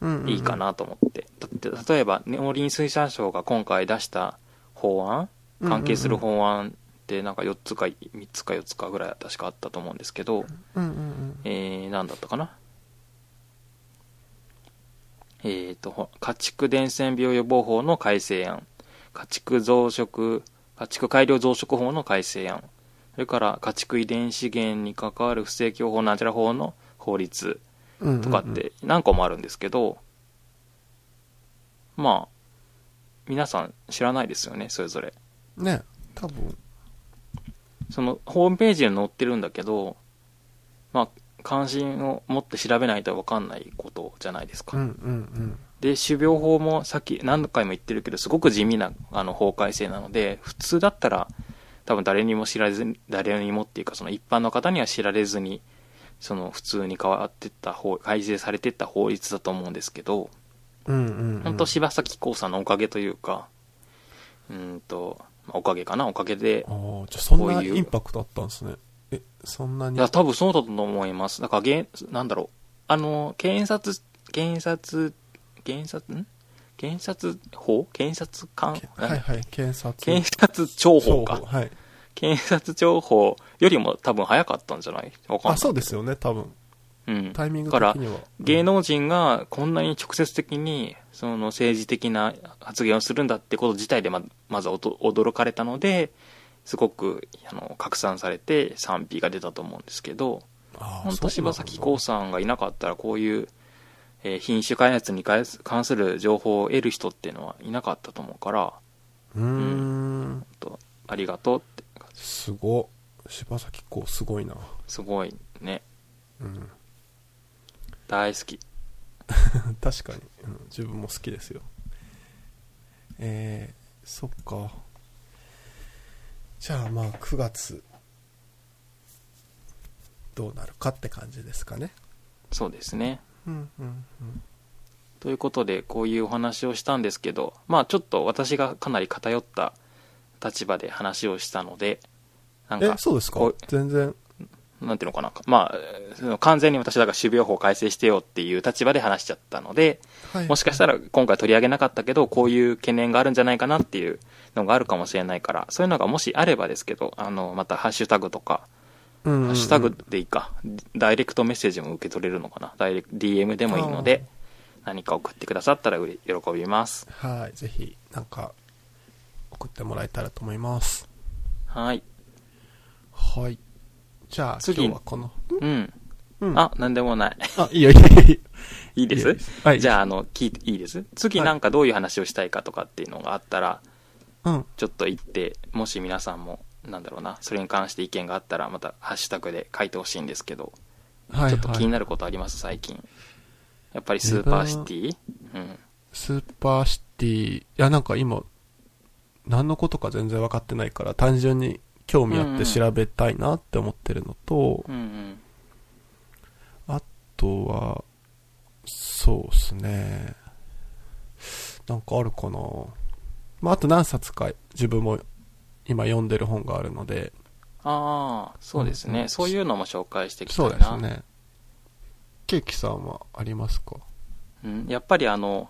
S2: うんうんうん
S1: いいかなと思って。だって、例えば、農林水産省が今回出した法案、関係する法案ってなんか4つか3つか4つかぐらいは確かあったと思うんですけど、
S2: うんうんうん
S1: えー、なんだったかなえっ、と、ほ家畜伝染病予防法の改正案、家畜増殖、家畜改良増殖法の改正案、それから家畜遺伝資源に関わる不正供法なんちゃら法の法律とかっ。て何個もあるんですけど、まあ、皆さん知らないですよね、それぞれ。
S2: ね、多分。
S1: そのホームページに載ってるんだけど、まあ、関心を持って調べないと分かんないことじゃないですか。
S2: うんうん
S1: で、種苗法もさっき何回も言ってるけど、すごく地味なあの法改正なので、普通だったら多分誰にも知られずに、誰にもっていうかその一般の方には知られずに、その普通に変わってった法、改正されてった法律だと思うんですけど、
S2: うん。うんうん、うん。
S1: 本当柴咲コウさんのおかげというか、うーんと、まあおかげかな、おかげで
S2: あ、あ、じゃあそん
S1: こ
S2: な
S1: ういう
S2: インパクトあったんですね。え、そんないに。
S1: や、多分そうだと思います。だから、げんなんだろう。あの、検察、検察、検察、ん検察法検察官、
S2: はいはい、検察。
S1: 検察庁
S2: そう
S1: 法か。
S2: はい。
S1: 検察庁法よりも多分早かったんじゃないわかん
S2: あ、
S1: ない。
S2: そうですよね、多分。
S1: うん。
S2: タイミング
S1: だ
S2: 的
S1: から
S2: には。
S1: 芸能人がこんなに直接的に、その政治的な発言をするんだってこと自体でま、まずおと驚かれたので、すごく、あの、拡散されて賛否が出たと思うんですけど、
S2: 本
S1: 本当柴咲コウさんがいなかったらこういう、えー品種開発に関す関する情報を得る人っていうのはいなかったと思うから
S2: うーん。
S1: ほんとありがとうって感じ
S2: すご。柴咲コウすごいな。
S1: すごいね
S2: うん。
S1: 大好き
S2: 確かに、うん自分も好きですよえー、そっかじゃあまあ9月どうなるかって感じですかね
S1: そうですね
S2: うんうんうん
S1: ということでこういうお話をしたんですけどまあちょっと私がかなり偏った立場で話をしたのでなん
S2: え
S1: か
S2: そうですか
S1: こ
S2: 全然
S1: なんていうのかなまあその完全に私だから種苗法改正してよっていう立場で話しちゃったので
S2: はい
S1: もしかしたら今回取り上げなかったけど、こういう懸念があるんじゃないかなっていうのがあるかもしれないから、そういうのがもしあればですけど、あの、またハッシュタグとか、
S2: うんうんうん
S1: ハッシュタグでいいか、ダイレクトメッセージも受け取れるのかな、ダイレク DM でもいいので、何か送ってくださったらうれ喜びます。
S2: はいぜひなんか送ってもらえたらと思います
S1: はい。
S2: はいじゃあ
S1: 次
S2: 今日はこの
S1: うん。
S2: うん
S1: あ、なんでもない。
S2: あいいよいいよいいよ
S1: いいで
S2: いい
S1: す
S2: ですはい
S1: じゃあ、あの、聞いて、いいです次
S2: はい
S1: なんかどういう話をしたいかとかっていうのがあったら、
S2: うん
S1: ちょっと言って、もし皆さんも、なんだろうな、それに関して意見があったら、またハッシュタグで書いてほしいんですけど、
S2: はい
S1: ちょっと気に
S2: はい
S1: なることあります、最近。やっぱりスーパーシティうん。
S2: スーパーシティ、いやなんか今、何のことか全然分かってないから、単純に興味あって調べたいなって思ってるのと、
S1: うんうん。
S2: あとは、そうっすね。なんかあるかなまあ、あと何冊か自分も今読んでる本があるので、
S1: ああ、そうです
S2: うんう
S1: ね。
S2: ん
S1: そういうのも紹介していきたい
S2: そう
S1: な。
S2: ですね。ケーキさんはありますか
S1: うん、やっぱりあの、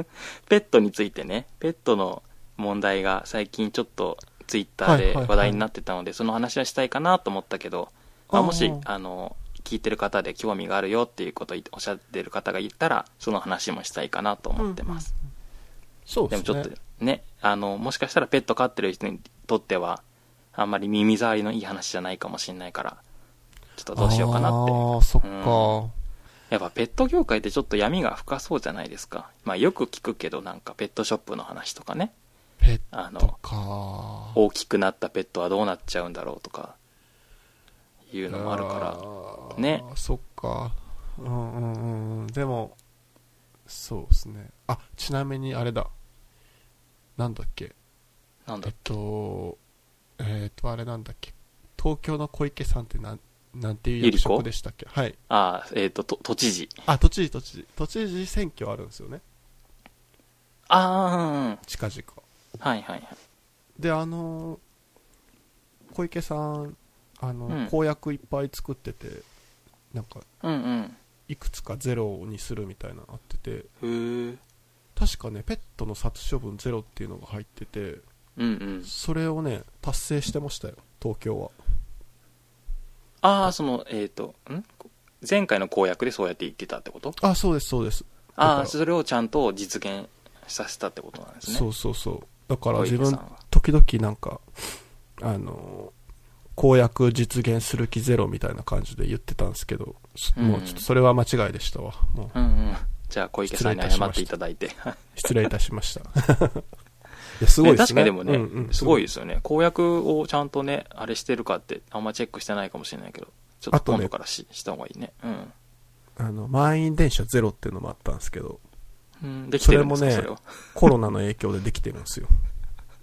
S1: ペットについてね、ペットの問題が最近ちょっとツイッター
S2: はい
S1: で
S2: はいはい
S1: 話題になってたので、その話はしたいかなと思ったけど、まあ、
S2: あー
S1: もし、あの、聞いてる方で興味があるよっていうことをおっしゃってる方がいたら、その話もしたいかなと思ってます。
S2: そう
S1: で
S2: で
S1: も
S2: す
S1: ちょ
S2: ね
S1: っと。ね、あの、もしかしたらペット飼ってる人にとっては、あんまり耳障りのいい話じゃないかもしれないから、ちょっとどうしようかなって
S2: あ。あ、そっか。
S1: うんやっぱペット業界ってちょっと闇が深そうじゃないですか。まあよく聞くけど、なんかペットショップの話とかね、
S2: ペ
S1: あ
S2: ット
S1: の、
S2: か。
S1: 大きくなったペットはどうなっちゃうんだろうとか、いうのもあるから、
S2: から
S1: ね
S2: そっかうんうんうんでもそうですねあちなみにあれだなんだっけ
S1: なんだ
S2: えっとえっとあれなんだっけ東京の小池さんってなんなんていう役
S1: ゆり
S2: 職
S1: 子
S2: でしたっけはい
S1: ああ、えっ、と、と都知事。
S2: あ都知事都知事都知事選挙あるんですよね
S1: あ
S2: 近々
S1: あ、はいはいはい。
S2: であの小池さんあの、
S1: うん
S2: 公約いっぱい作っててなんか
S1: うん
S2: いくつかゼロにするみたいなのあってて、
S1: うん。へえ。
S2: 確かねペットの殺処分ゼロっていうのが入ってて
S1: うんうん。
S2: それをね達成してましたよ東京は
S1: ああ、その、えっ、と、ん前回の公約でそうやって言ってたってこと
S2: あそうですそうです
S1: あ
S2: だか
S1: あ、
S2: ら
S1: それをちゃんと実現させたってことなんですね。
S2: そうそうそう。だから
S1: 小池
S2: 自
S1: さん
S2: 分
S1: は、
S2: 時々なんか、あの、公約実現する気ゼロみたいな感じで言ってたんですけど、そ
S1: うん
S2: もうちょっとそれは間違いでしたわ。もう
S1: うんうん。じゃあ、小池さんに謝っていただいて。
S2: 失 礼いたしました。いや、すごい
S1: ね
S2: で
S1: 確か
S2: すね。
S1: にでもね、
S2: うんうん
S1: すごいですよね。公約をちゃんとね、あれしてるかって、あんまチェックしてないかもしれないけど、ちょっ
S2: あ
S1: と
S2: とね
S1: 今度からし,、した方がいいね。うん。
S2: あの、満員電車ゼロっていうのもあったんですけど、
S1: うん、できてるんですかそ
S2: そ
S1: れ
S2: れも
S1: は
S2: ね。コロナの影響でできてるんですよ。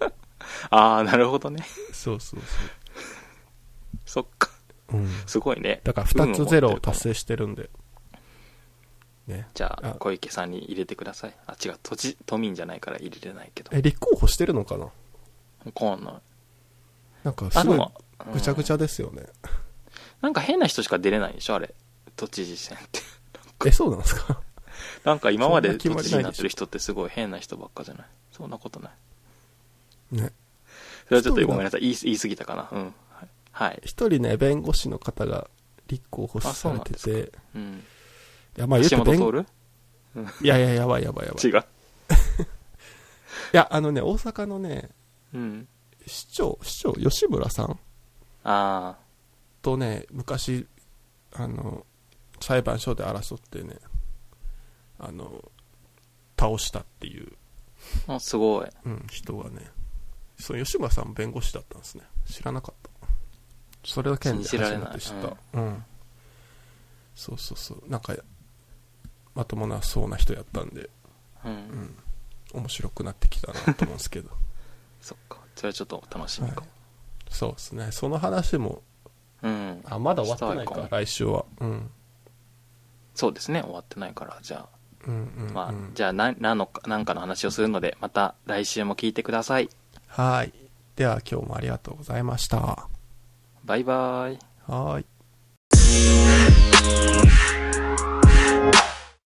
S1: ああ、なるほどね。
S2: そうそう
S1: そっか。
S2: そう。うん。
S1: すごいね。
S2: だから2つゼロ
S1: 運を持ってるか
S2: を達
S1: も。
S2: 成してるんで。ね。
S1: じゃあ
S2: あ、
S1: 小池さんに入れてください。あ、違う、都知、都民じゃないから入れれないけど。
S2: え、立候補してるのかな
S1: こんない。
S2: なんか
S1: あ、
S2: す
S1: で
S2: ごい
S1: も、うん
S2: ぐちゃぐちゃですよね。
S1: なんか変な人しか出れないでしょ、あれ。都知事選って。
S2: え、そうなんですか
S1: なんか今まで
S2: そんな決
S1: 都
S2: ま
S1: 知
S2: り
S1: 事
S2: ないでしょ
S1: になってる人ってすごい変な人ばっかじゃないそんなことない。
S2: ね。
S1: それはちょっとごめんなさい。言い言い過ぎたかな。うん。はいはい。
S2: 一人ね、弁護士の方が立候補
S1: あそう
S2: さ
S1: な
S2: れ
S1: んで
S2: て
S1: す
S2: て、
S1: か
S2: い
S1: うん。
S2: や、まあ言
S1: 橋
S2: うて
S1: 本
S2: 弁
S1: 徹
S2: いやいや、やばいやばいやばい。
S1: 違。
S2: いうや、あのね、大阪のね、
S1: うん。
S2: 市長、市長、吉村さん
S1: あ
S2: とね、昔、あの、裁判所で争ってね、あの、倒したっていう、
S1: あ、あすごい。
S2: うん、人がね、その吉村さんも弁護士だったんですね。知らなかった。それだけで初
S1: 信じられ
S2: め
S1: ない
S2: て知った。うん。そうそうそう。なんか、まともなそうな人やったんで、
S1: うん。
S2: うん、面白くなってきたなと思うんです けど
S1: そっか。それはちょっと楽しみかも。
S2: そうですねその話も
S1: うん。
S2: あまだ終わってない
S1: したい
S2: か
S1: か
S2: 来週は、うん、
S1: そうですね。終わってないから、じゃ
S2: うんうんうん
S1: あ。まあ、じゃあ、な、なんのか、なんかの話をするので、また来週も聞いてください。
S2: はいでは今日もありがとうございました
S1: バイバイ。
S2: はーい